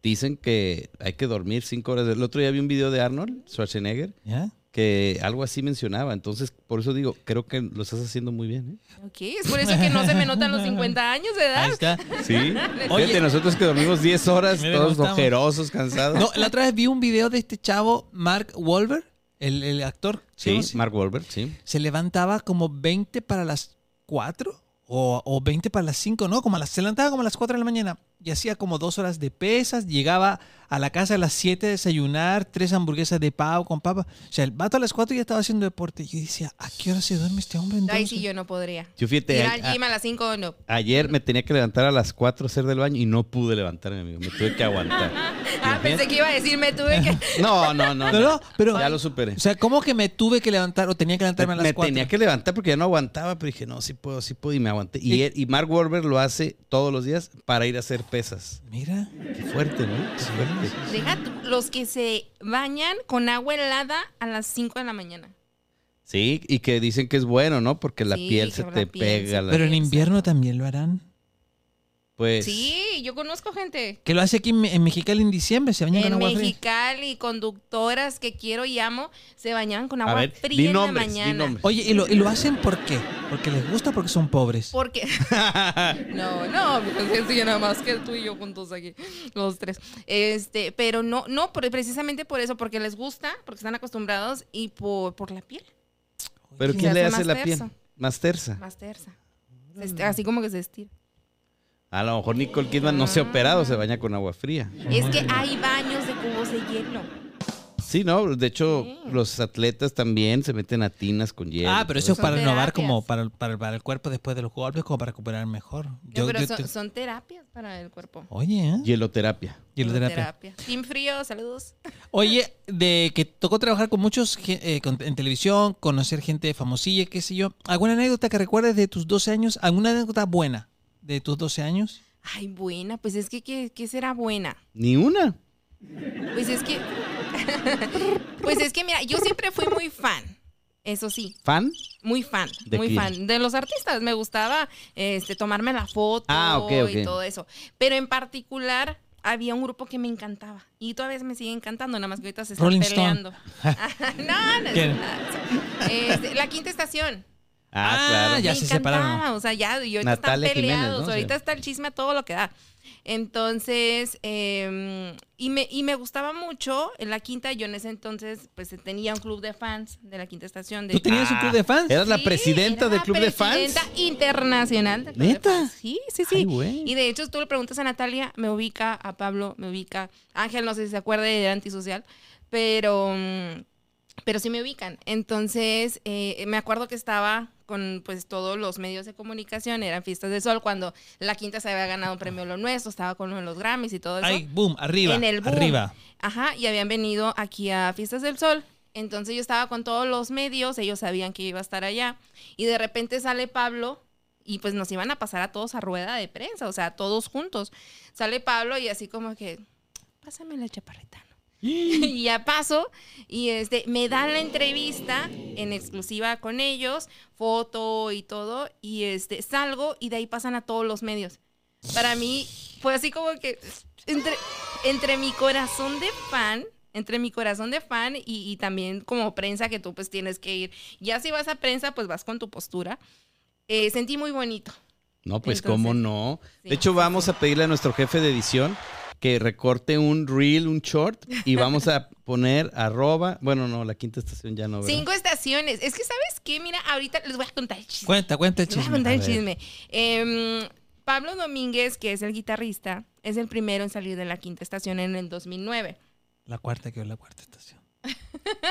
Speaker 1: dicen que hay que dormir cinco horas. El otro día vi un video de Arnold Schwarzenegger
Speaker 4: ¿Ya?
Speaker 1: que algo así mencionaba. Entonces, por eso digo, creo que lo estás haciendo muy bien, ¿eh?
Speaker 3: Ok, es por eso que no se me notan los 50 años de edad.
Speaker 4: Ahí está.
Speaker 1: Sí.
Speaker 4: Oye.
Speaker 1: Fíjate, nosotros que dormimos 10 horas,
Speaker 4: Mira
Speaker 1: todos
Speaker 4: cómo estamos.
Speaker 1: ojerosos, cansados.
Speaker 4: No, la otra vez vi un video de este chavo, Mark Wahlberg, el, el actor.
Speaker 1: Sí,
Speaker 4: ¿no?
Speaker 1: Mark Wahlberg, sí.
Speaker 4: Se levantaba como 20 para las 4 o, o 20 para las 5, ¿no? Como a las, se levantaba como a las 4 de la mañana y hacía como 2 horas de pesas. Llegaba a la casa a las 7 a desayunar, tres hamburguesas de pavo con papa. O sea, el vato a las 4 ya estaba haciendo deporte. Y yo decía, ¿a qué hora se duerme este hombre
Speaker 3: Ay,
Speaker 4: entonces?
Speaker 3: sí, yo no podría.
Speaker 1: Yo fíjate, ah,
Speaker 3: Ir
Speaker 1: a-
Speaker 3: al
Speaker 1: a-
Speaker 3: gym a las 5, no.
Speaker 1: ayer me tenía que levantar a las 4 a hacer del baño y no pude levantarme, amigo. Me tuve que aguantar.
Speaker 3: Ah, pensé que iba a decirme, tuve que.
Speaker 1: No, no, no.
Speaker 4: No, no, pero...
Speaker 1: Ya lo superé.
Speaker 4: O sea, ¿cómo que me tuve que levantar o tenía que levantarme a las
Speaker 1: me
Speaker 4: 4?
Speaker 1: tenía que levantar porque ya no aguantaba, pero dije, no, sí puedo, sí puedo, y me aguanté. Y,
Speaker 4: Y-
Speaker 1: él- y Mark Wahlberg lo hace todos los días para ir a hacer pesas.
Speaker 4: Mira.
Speaker 1: Qué fuerte, ¿no? Qué fuerte.
Speaker 3: Deja tú, los que se bañan con agua helada a las 5 de la mañana.
Speaker 1: Sí, y que dicen que es bueno, ¿no? Porque la
Speaker 3: Sí,
Speaker 1: piel
Speaker 3: que
Speaker 1: se
Speaker 3: la
Speaker 1: te
Speaker 3: piel
Speaker 1: pega.
Speaker 3: se-
Speaker 1: la-
Speaker 4: Pero en
Speaker 3: Exacto.
Speaker 4: invierno también lo harán.
Speaker 1: pues,
Speaker 3: Sí, yo conozco gente.
Speaker 4: Que lo hace aquí en, en Mexicali en diciembre, se bañan con
Speaker 3: En
Speaker 4: agua fría.
Speaker 3: Mexicali, conductoras que quiero y amo, se bañaban con
Speaker 1: a
Speaker 3: agua
Speaker 1: ver,
Speaker 3: fría
Speaker 1: di
Speaker 3: en
Speaker 1: nombres,
Speaker 3: la
Speaker 1: di
Speaker 3: mañana.
Speaker 1: nombres.
Speaker 4: Oye, ¿y lo, y lo hacen por qué? Porque les gusta o porque son pobres.
Speaker 3: Porque. no, no, pues, sí, nada más que tú y yo juntos aquí, los tres. Este, pero no, no, por- precisamente por eso, porque les gusta, porque están acostumbrados y por, por la piel,
Speaker 1: Pero
Speaker 3: Se
Speaker 1: ¿quién le
Speaker 3: hace
Speaker 1: hace
Speaker 3: más
Speaker 1: la piel?
Speaker 3: tersa.
Speaker 1: Más tersa.
Speaker 3: más tersa. Se
Speaker 1: Mm.
Speaker 3: est- Así como que se estira. Ah.
Speaker 1: A lo mejor Nicole Kidman no se ha operado, se baña con agua fría.
Speaker 3: Es que hay baños de cubos de hielo.
Speaker 1: Sí, ¿no? De hecho,
Speaker 3: Sí.
Speaker 1: los atletas también se meten a tinas con hielo.
Speaker 4: Ah, pero eso es
Speaker 3: Son
Speaker 4: para renovar
Speaker 3: terapias.
Speaker 4: como para, el- para, el- para el cuerpo después de los golpes, como para recuperar mejor.
Speaker 3: No, pero son,
Speaker 4: te-
Speaker 3: son terapias para el cuerpo.
Speaker 4: Oye, ¿eh?
Speaker 1: Hieloterapia.
Speaker 4: Hieloterapia.
Speaker 3: Team Frío, saludos.
Speaker 4: Oye, de que tocó trabajar con muchos gen- eh, con- en televisión, conocer gente famosilla, qué sé yo. ¿Alguna anécdota que recuerdes de tus 12 años? ¿Alguna anécdota buena de tus 12 años?
Speaker 3: Ay, buena, pues es que, ¿qué, qué será buena?
Speaker 1: Ni una.
Speaker 3: Pues es que. pues es que, mira, yo siempre fui muy fan. Eso sí,
Speaker 1: ¿Fan?
Speaker 3: muy fan,
Speaker 1: ¿De
Speaker 3: muy
Speaker 1: quién?
Speaker 3: fan de los artistas. Me gustaba este, tomarme la foto
Speaker 1: Ah, ok, ok.
Speaker 3: y todo eso. Pero en particular había un grupo que me encantaba y todavía me sigue encantando, nada más que ahorita se están
Speaker 4: Rolling Stone.
Speaker 3: peleando. no, no es
Speaker 4: ¿Quién?
Speaker 3: nada. Este, la quinta estación.
Speaker 1: Ah,
Speaker 4: Ah,
Speaker 1: claro.
Speaker 4: ya.
Speaker 3: me
Speaker 4: se
Speaker 3: encantaba,
Speaker 4: separaron.
Speaker 3: O sea, ya, y ahorita
Speaker 1: Natalia
Speaker 3: están
Speaker 1: Jiménez,
Speaker 3: peleados.
Speaker 1: ¿no? Sí.
Speaker 3: Ahorita está el chisme a todo lo que da. Entonces, eh, y, me, y me gustaba mucho en la quinta. Yo en ese entonces, pues tenía un club de fans de la quinta estación. De,
Speaker 4: ¿Tú tenías un club de fans?
Speaker 1: ¿Eras la
Speaker 3: Sí,
Speaker 1: presidenta
Speaker 3: era
Speaker 1: del club de
Speaker 3: presidenta
Speaker 1: fans?
Speaker 3: internacional. del club de
Speaker 1: ¿Neta?
Speaker 3: fans. Sí, sí, sí.
Speaker 1: Ay, güey.
Speaker 3: y de hecho, tú le preguntas a Natalia, me ubica, a Pablo, me ubica. Ángel, no sé si se acuerda de antisocial, pero. mm, Pero sí me ubican. Entonces, eh, me acuerdo que estaba con pues todos los medios de comunicación, eran fiestas de sol, cuando la quinta se había ganado un premio Lo Nuestro, estaba con los Grammys y todo eso.
Speaker 4: Ay, boom, arriba.
Speaker 3: En el boom.
Speaker 4: Arriba.
Speaker 3: Ajá, y habían venido aquí a Fiestas del Sol. Entonces yo estaba con todos los medios, ellos sabían que iba a estar allá. Y de repente sale Pablo y pues nos iban a pasar a todos a rueda de prensa, o sea, todos juntos. Sale Pablo y así como que, pásame la chaparrita. ¿no?". y ya paso y este me dan la entrevista en exclusiva con ellos, foto y todo y este salgo y de ahí pasan a todos los medios. Para mí fue así como que entre, entre mi corazón de fan entre mi corazón de fan y, y también como prensa que tú pues tienes que ir. Ya si vas a prensa, pues vas con tu postura. Eh, sentí muy bonito.
Speaker 1: No, pues
Speaker 3: Entonces,
Speaker 1: cómo no.
Speaker 3: sí.
Speaker 1: De hecho, vamos a pedirle a nuestro jefe de edición que recorte un reel, un short, y vamos a poner arroba. Bueno, no, la quinta estación ya no. ¿verdad?
Speaker 3: Cinco estaciones. Es que, ¿sabes qué? Mira, ahorita les voy a contar el chisme.
Speaker 4: Cuenta, cuenta el
Speaker 3: Les voy a
Speaker 4: chisme.
Speaker 3: contar el
Speaker 1: A
Speaker 3: chisme. Em, Pablo Domínguez, que es el guitarrista, es el primero en salir de la quinta estación en el 2009.
Speaker 4: La cuarta quedó en la cuarta estación.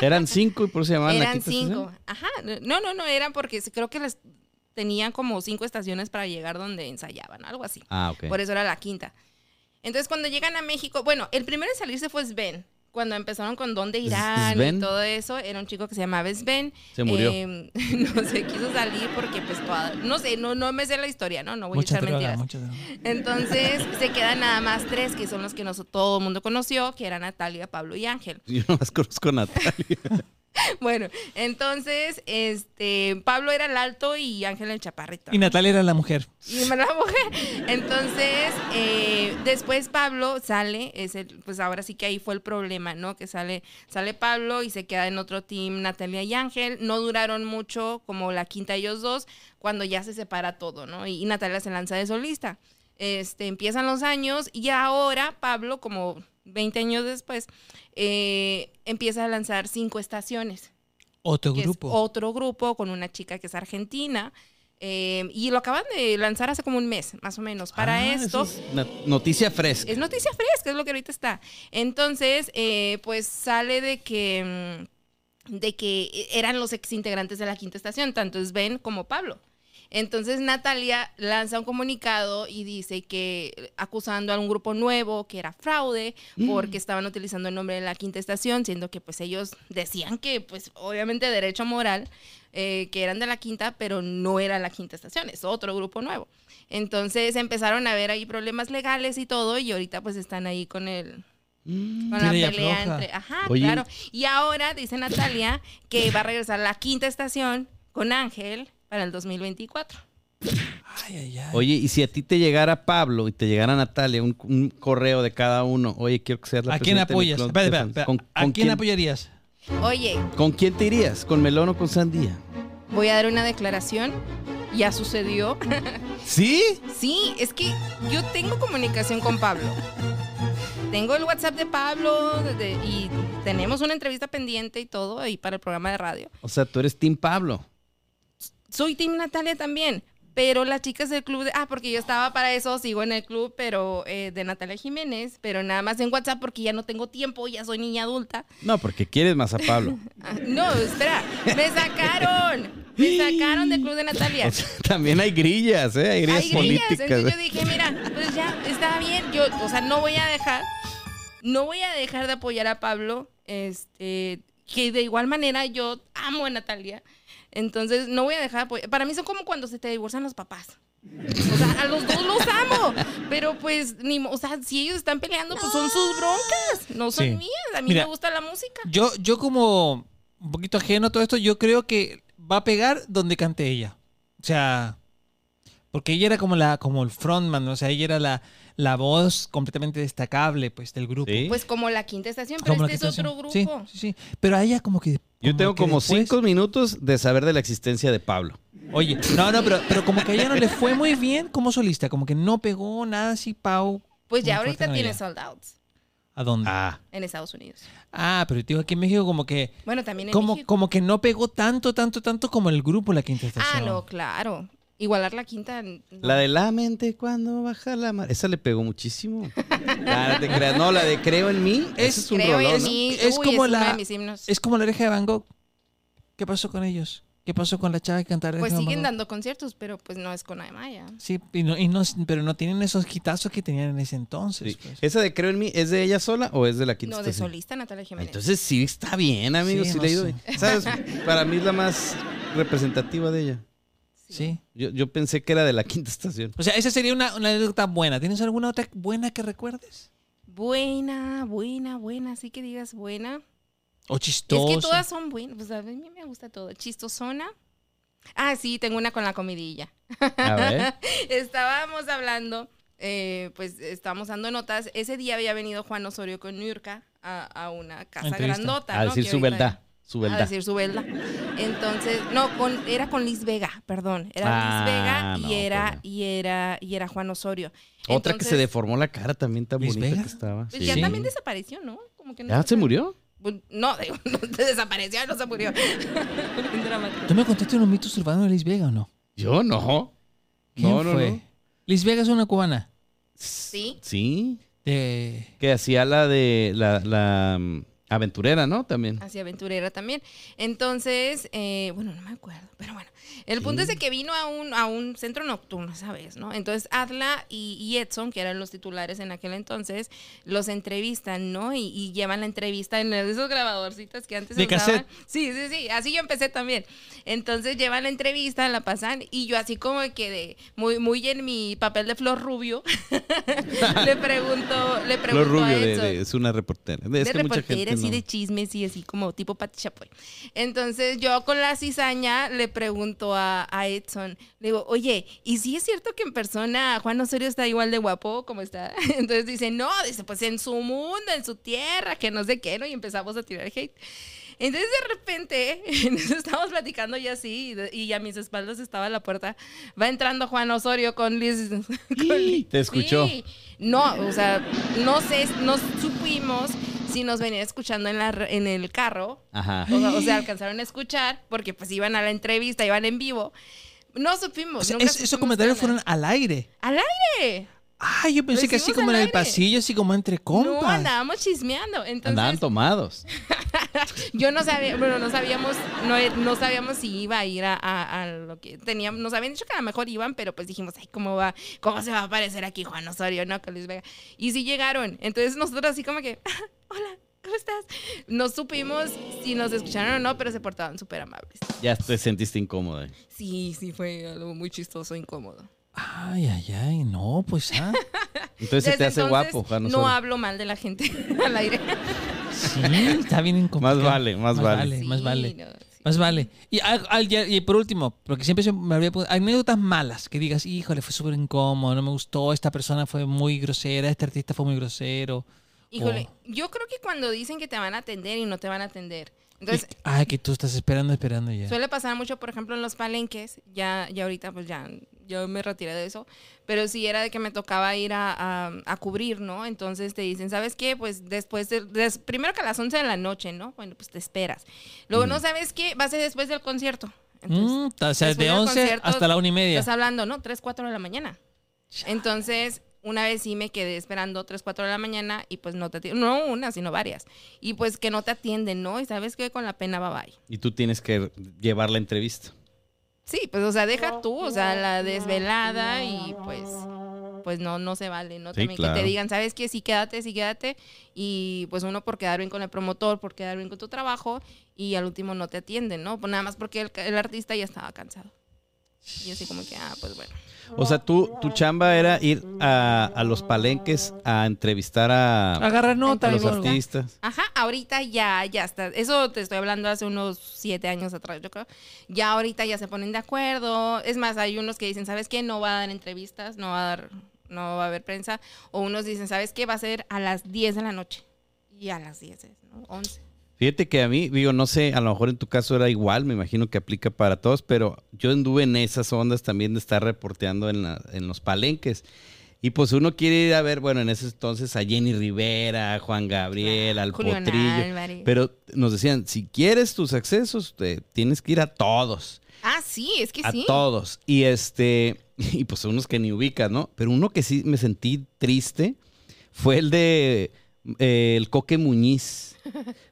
Speaker 1: Eran cinco y por eso se llamaban Ah, la
Speaker 3: Eran
Speaker 1: quinta
Speaker 3: cinco.
Speaker 1: estación.
Speaker 3: Ajá. No, no, no, eran porque se- creo que las tenían como cinco estaciones para llegar donde ensayaban, algo así.
Speaker 1: Ah, ok.
Speaker 3: Por eso era la quinta. Entonces, cuando llegan a México, bueno, el primero en salirse fue Sven. Cuando empezaron con dónde irán
Speaker 1: Sven.
Speaker 3: y todo eso, era un chico que se llamaba Sven.
Speaker 1: Se murió.
Speaker 3: Eh, no se quiso salir porque, pues, toda- no sé, no, no me sé la historia, ¿no? No voy a
Speaker 4: Mucha
Speaker 3: echar
Speaker 4: droga,
Speaker 3: mentiras.
Speaker 4: mucha droga.
Speaker 3: Entonces, se quedan nada más tres, que son los que nos, todo el mundo conoció, que eran Natalia, Pablo y Ángel.
Speaker 1: Yo nomás conozco a Natalia.
Speaker 3: Bueno, entonces, este, Pablo era el alto y Ángel el chaparrito.
Speaker 4: Y Natalia era la mujer.
Speaker 3: Y me la mujer. Entonces, eh, después Pablo sale, es el, pues ahora sí que ahí fue el problema, ¿no? Que sale, sale Pablo y se queda en otro team Natalia y Ángel. No duraron mucho, como la quinta ellos dos, cuando ya se separa todo, ¿no? Y, y Natalia se lanza de solista. Este, empiezan los años y ahora Pablo, como 20 años después, eh, empieza a lanzar cinco estaciones
Speaker 4: Otro
Speaker 3: que es
Speaker 4: grupo.
Speaker 3: otro grupo con una chica que es argentina. eh, y lo acaban de lanzar hace como un mes, más o menos. Para
Speaker 1: Ah,
Speaker 3: esto,
Speaker 1: eso es na- noticia fresca.
Speaker 3: es noticia fresca, es lo que ahorita está. Entonces, eh, pues sale de que, mm, de que eran los exintegrantes de la quinta estación, tanto Sven como Pablo. Entonces Natalia lanza un comunicado y dice que acusando a un grupo nuevo que era fraude porque estaban utilizando el nombre de la quinta estación, siendo que pues ellos decían que pues obviamente derecho moral, eh, que eran de la quinta, pero no era la quinta estación, es otro grupo nuevo. Entonces empezaron a ver ahí problemas legales y todo, y ahorita pues están ahí con el con la
Speaker 4: Tira y
Speaker 3: pelea
Speaker 4: afloja.
Speaker 3: entre. Ajá,
Speaker 1: Oye.
Speaker 3: claro. Y ahora dice Natalia que va a regresar la quinta estación con Ángel para el 2024.
Speaker 4: Ay, ay, ay.
Speaker 1: Oye, y si a ti te llegara Pablo y te llegara Natalia, un, un correo de cada uno, oye, quiero que seas la
Speaker 4: ¿A quién
Speaker 1: presidenta de mi
Speaker 4: apoyas?
Speaker 1: club
Speaker 4: Espera,
Speaker 1: de
Speaker 4: espera,
Speaker 1: fans.
Speaker 4: espera.
Speaker 1: ¿Con, con
Speaker 4: ¿A quién,
Speaker 1: quién,
Speaker 4: apoyarías?
Speaker 3: Oye,
Speaker 1: ¿Con quién te irías? ¿Con melón o con sandía?
Speaker 3: voy a dar una declaración. Ya sucedió.
Speaker 1: ¿Sí?
Speaker 3: Sí, es que yo tengo comunicación con Pablo. Tengo el WhatsApp de Pablo de- y tenemos una entrevista pendiente y todo ahí para el programa de radio.
Speaker 1: O sea, tú eres Team Pablo.
Speaker 3: soy Team Natalia también, pero las chicas del club, de- ah, porque yo estaba para eso, sigo en el club, pero eh, de Natalia Jiménez, pero nada más en WhatsApp porque ya no tengo tiempo, ya soy niña adulta.
Speaker 1: No, porque quieres más a Pablo.
Speaker 3: Ah, no, espera, me sacaron, me sacaron del club de Natalia.
Speaker 1: O sea, también hay grillas, ¿eh? Hay grillas
Speaker 3: Hay grillas,
Speaker 1: políticas. ¿eh?
Speaker 3: entonces yo dije, mira, pues ya, está bien, yo, o sea, no voy a dejar, no voy a dejar de apoyar a Pablo, este, que de igual manera yo amo a Natalia, entonces no voy a dejar de apoyar, para mí son como cuando se te divorcian los papás. O sea, a los dos los amo, pero pues, ni, mo- o sea, si ellos están peleando, pues son sus broncas, no son
Speaker 4: Sí.
Speaker 3: mías, a mí
Speaker 4: Mira.
Speaker 3: me gusta la música.
Speaker 4: Yo, yo como un poquito ajeno a todo esto, yo creo que va a pegar donde cante ella. O sea, porque ella era como la, como el frontman, o sea, ella era la, la voz completamente destacable, pues, del grupo.
Speaker 1: Sí.
Speaker 3: Pues como la quinta estación, pero
Speaker 4: Como la
Speaker 3: este es
Speaker 4: quinta
Speaker 3: otro
Speaker 4: opción.
Speaker 3: grupo.
Speaker 4: Sí, sí, sí. Pero a ella como que...
Speaker 1: Yo tengo
Speaker 4: que
Speaker 1: como
Speaker 4: después-
Speaker 1: cinco minutos de saber de la existencia de Pablo.
Speaker 4: Oye, no, no, pero, pero como que a ella no le fue muy bien como solista, como que no pegó nada así, Pau.
Speaker 3: Pues ya
Speaker 4: muy fuerte
Speaker 3: ahorita
Speaker 4: en
Speaker 3: tiene
Speaker 4: ella.
Speaker 3: sold outs
Speaker 4: ¿A dónde? Ah,
Speaker 1: Ah.
Speaker 3: en Estados Unidos.
Speaker 4: pero te digo, aquí en México como que...
Speaker 3: Bueno, también en
Speaker 4: Como,
Speaker 3: México.
Speaker 4: como que no pegó tanto, tanto, tanto como el grupo La Quinta Estación.
Speaker 3: Ah, no, claro. Igualar la quinta. no.
Speaker 1: La de la mente cuando baja la mar. Esa le pegó muchísimo. Ah, no, te creas. no, la de creo en mí.
Speaker 4: Es-
Speaker 1: Ese es un
Speaker 3: Creo
Speaker 1: rolón,
Speaker 3: en
Speaker 1: ¿no?
Speaker 3: mí.
Speaker 4: Es
Speaker 3: Uy,
Speaker 4: como
Speaker 3: es uno
Speaker 4: la-
Speaker 3: de mis himnos.
Speaker 4: Es como la oreja de Van Gogh. ¿Qué pasó con ellos? ¿Qué pasó con la chava que cantaba
Speaker 3: Pues
Speaker 4: Oreja de Van
Speaker 3: siguen
Speaker 4: Gogh?
Speaker 3: dando conciertos, pero pues no es con Amaya.
Speaker 4: Sí, y no, y no- pero no tienen esos quitazos que tenían en ese entonces.
Speaker 1: Sí.
Speaker 4: pues.
Speaker 1: ¿Esa de creo en mí es de ella sola o es de la quinta
Speaker 3: No, de
Speaker 1: estación?
Speaker 3: solista Natalia Jiménez.
Speaker 1: Ah, Entonces sí está bien, amigo.
Speaker 4: Sí,
Speaker 1: Sí,
Speaker 4: no
Speaker 1: le ha ido
Speaker 4: sé.
Speaker 1: bien. ¿Sabes? Para mí es la más representativa de ella.
Speaker 4: Sí.
Speaker 1: Yo, yo pensé que era de la quinta estación.
Speaker 4: O sea, esa sería una, una anécdota buena. ¿Tienes alguna otra buena que recuerdes?
Speaker 3: Buena, buena, buena. Así que digas buena.
Speaker 4: O chistosa.
Speaker 3: Es que todas son buenas. Pues a mí me gusta todo. Chistosona. Ah, sí, tengo una con la comidilla.
Speaker 1: A ver.
Speaker 3: estábamos hablando, eh, pues estábamos dando notas. Ese día había venido Juan Osorio con Nurka a, a una casa
Speaker 4: Entrevista.
Speaker 3: grandota.
Speaker 5: A
Speaker 1: Ah,
Speaker 3: ¿no?
Speaker 5: decir
Speaker 3: Que
Speaker 5: su
Speaker 3: ahorita-
Speaker 5: verdad. Su
Speaker 3: A
Speaker 5: verdad.
Speaker 3: decir su verdad. Entonces, no, con, era con Liz Vega, perdón. Era
Speaker 5: Ah,
Speaker 3: Liz Vega
Speaker 5: no,
Speaker 3: y era,
Speaker 5: pues no.
Speaker 3: y era, y era Juan Osorio.
Speaker 1: Otra que se
Speaker 3: Entonces,
Speaker 1: deformó la cara también tan
Speaker 4: ¿Miss
Speaker 1: bonita
Speaker 4: Vega?
Speaker 1: que estaba.
Speaker 3: pues ya
Speaker 5: Sí.
Speaker 3: también desapareció, ¿no? Como que no
Speaker 1: ¿Ya Ah, se
Speaker 3: sabe.
Speaker 1: murió?
Speaker 3: Pues, No, digo, no, se desapareció, no se murió. Bien dramático.
Speaker 4: ¿Tú me contaste unos mitos urbanos de Liz Vega o no?
Speaker 1: Yo no.
Speaker 4: ¿Quién
Speaker 1: No, no,
Speaker 4: fue?
Speaker 1: no.
Speaker 4: Liz Vega es una cubana.
Speaker 3: Sí.
Speaker 1: Sí.
Speaker 4: De...
Speaker 1: Que hacía la de la, la, mm, aventurera, ¿no? También.
Speaker 3: Hacia aventurera también. Entonces, eh, bueno, no me acuerdo, pero bueno. El punto es de que vino a un, a un centro nocturno, ¿sabes? ¿no? Entonces, Adla y, y Edson, que eran los titulares en aquel entonces, los entrevistan, ¿no? Y, y llevan la entrevista en esos grabadorcitos que antes
Speaker 4: De
Speaker 3: usaban.
Speaker 4: cassette.
Speaker 3: Sí, sí, sí. Así yo empecé también. Entonces, llevan la entrevista, la pasan, y yo así como que de, muy, muy en mi papel de Flor Rubio, le pregunto, le pregunto
Speaker 1: Lo rubio
Speaker 3: a
Speaker 1: de,
Speaker 3: Edson
Speaker 1: de- es una reportera. Es
Speaker 3: de
Speaker 1: que mucha
Speaker 3: reporteras
Speaker 1: gente
Speaker 3: y
Speaker 1: no.
Speaker 3: de chismes y así como tipo Pati Chapoy. Entonces yo con la cizaña le pregunto a, a Edson, le digo, oye, ¿y si es cierto que en persona Juan Osorio está igual de guapo como está? Entonces dice, no, dice, pues en su mundo, en su tierra, que no sé qué, ¿no? Y empezamos a tirar hate. Entonces de repente en eso estábamos platicando y así, y de- y a mis espaldas estaba la puerta, va entrando Juan Osorio con Liz. con Liz.
Speaker 1: Te escuchó.
Speaker 3: Sí. No, o sea, no sé, no supimos si nos venía escuchando en, la, ra- en el carro.
Speaker 1: Ajá.
Speaker 3: O sea, o sea, alcanzaron a escuchar porque pues iban a la entrevista, iban en vivo. No supimos.
Speaker 4: O sea,
Speaker 3: nunca
Speaker 4: es- esos
Speaker 3: supimos
Speaker 4: comentarios
Speaker 3: qué onda.
Speaker 4: fueron al aire.
Speaker 3: al aire.
Speaker 4: Ah, yo pensé
Speaker 3: Lo
Speaker 4: que así
Speaker 3: hicimos
Speaker 4: como
Speaker 3: al
Speaker 4: en el
Speaker 3: aire.
Speaker 4: pasillo, así como entre
Speaker 3: No,
Speaker 4: compas.
Speaker 3: andábamos chismeando.
Speaker 1: Andaban
Speaker 3: Entonces,
Speaker 1: tomados.
Speaker 3: yo no sabía, bueno, no sabíamos, no, e- no sabíamos si iba a ir a, a- a lo que teníamos, nos habían dicho que a lo mejor iban, pero pues dijimos, ay, ¿cómo va? ¿Cómo se va a aparecer aquí Juan Osorio, no, con Luis Vega? Y sí llegaron, entonces nosotros así como que, hola, ¿cómo estás? No supimos si nos escucharon o no, pero se portaban súper amables.
Speaker 1: Ya te sentiste incómoda.
Speaker 3: Sí, sí, fue algo muy chistoso, incómodo.
Speaker 4: Ay, ay, ay, no, pues ah.
Speaker 1: Entonces se te
Speaker 3: Desde
Speaker 1: hace
Speaker 3: entonces,
Speaker 1: guapo, Juan
Speaker 3: No
Speaker 1: Osorio.
Speaker 3: hablo mal de la gente al aire.
Speaker 4: Sí, está bien incómodo.
Speaker 1: Más vale, más
Speaker 4: Más
Speaker 1: vale.
Speaker 4: vale. más
Speaker 3: Sí,
Speaker 4: vale.
Speaker 3: no, sí.
Speaker 4: Más vale. Y, al- al- ya- y por último, porque siempre se me había preguntado, anécdotas malas que digas, híjole, fue súper incómodo, no me gustó, esta persona fue muy grosera, este artista fue muy grosero. Oh.
Speaker 3: Híjole,
Speaker 4: o-
Speaker 3: yo creo que cuando dicen que te van a atender y no te van a atender. Entonces,
Speaker 4: y- ay, que tú estás esperando, esperando ya.
Speaker 3: Suele pasar mucho, por ejemplo, en los palenques. Ya, ya ahorita, pues ya, yo me retiré de eso. Pero sí era de que me tocaba ir a, a- a cubrir, ¿no? Entonces te dicen, ¿sabes qué? Pues después, de- des- primero que a las 11 de la noche, ¿no? Bueno, pues te esperas. Luego, ¿no sabes qué? Va a ser después del concierto. Entonces,
Speaker 4: Mm, o sea,
Speaker 3: después
Speaker 4: de
Speaker 3: del
Speaker 4: 11
Speaker 3: concierto,
Speaker 4: hasta la una y media.
Speaker 3: estás hablando, ¿no? 3, 4 de la mañana. Entonces, una vez sí me quedé esperando 3, 4 de la mañana y pues no te atienden. No una, sino varias. Y pues que no te atienden, ¿no? Y sabes que con la pena va bye.
Speaker 1: Y tú tienes que llevar la entrevista.
Speaker 3: Sí, pues, o sea, deja tú, o sea, la desvelada y pues, pues no, no se vale, ¿no?
Speaker 1: Sí,
Speaker 3: También que
Speaker 1: claro.
Speaker 3: te digan, ¿sabes qué? Sí, quédate, sí, quédate. Y pues uno por quedar bien con el promotor, por quedar bien con tu trabajo y al último no te atienden, ¿no? Pues nada más porque el, el artista ya estaba cansado. Y así como que, ah, pues bueno.
Speaker 1: O sea, tú, tu chamba era ir a, a los palenques a entrevistar a,
Speaker 4: Agarrar nota,
Speaker 1: a los
Speaker 4: algo, algo.
Speaker 1: artistas.
Speaker 3: Ajá, ahorita ya, ya está. Eso te estoy hablando hace unos siete años atrás, yo creo. Ya ahorita ya se ponen de acuerdo. Es más, hay unos que dicen, ¿sabes qué? No va a dar entrevistas, no va a dar, no va a haber prensa. O unos dicen, ¿sabes qué? Va a ser a las 10 de la noche. Y a las 10, es, ¿no? 11.
Speaker 1: Fíjate que a mí, digo, no sé, a lo mejor en tu caso era igual, me imagino que aplica para todos, pero yo anduve en esas ondas también de estar reporteando en, la- en los palenques. Y pues uno quiere ir a ver, bueno, en ese entonces a Jenny Rivera, a Juan Gabriel, al
Speaker 3: Julián
Speaker 1: Potrillo.
Speaker 3: Álvarez.
Speaker 1: Pero nos decían, si quieres tus accesos, te- tienes que ir a todos.
Speaker 3: Ah, sí, es que
Speaker 1: a
Speaker 3: sí.
Speaker 1: todos. Y este, y pues unos que ni ubicas, ¿no? Pero uno que sí me sentí triste fue el de eh, el Coque Muñiz.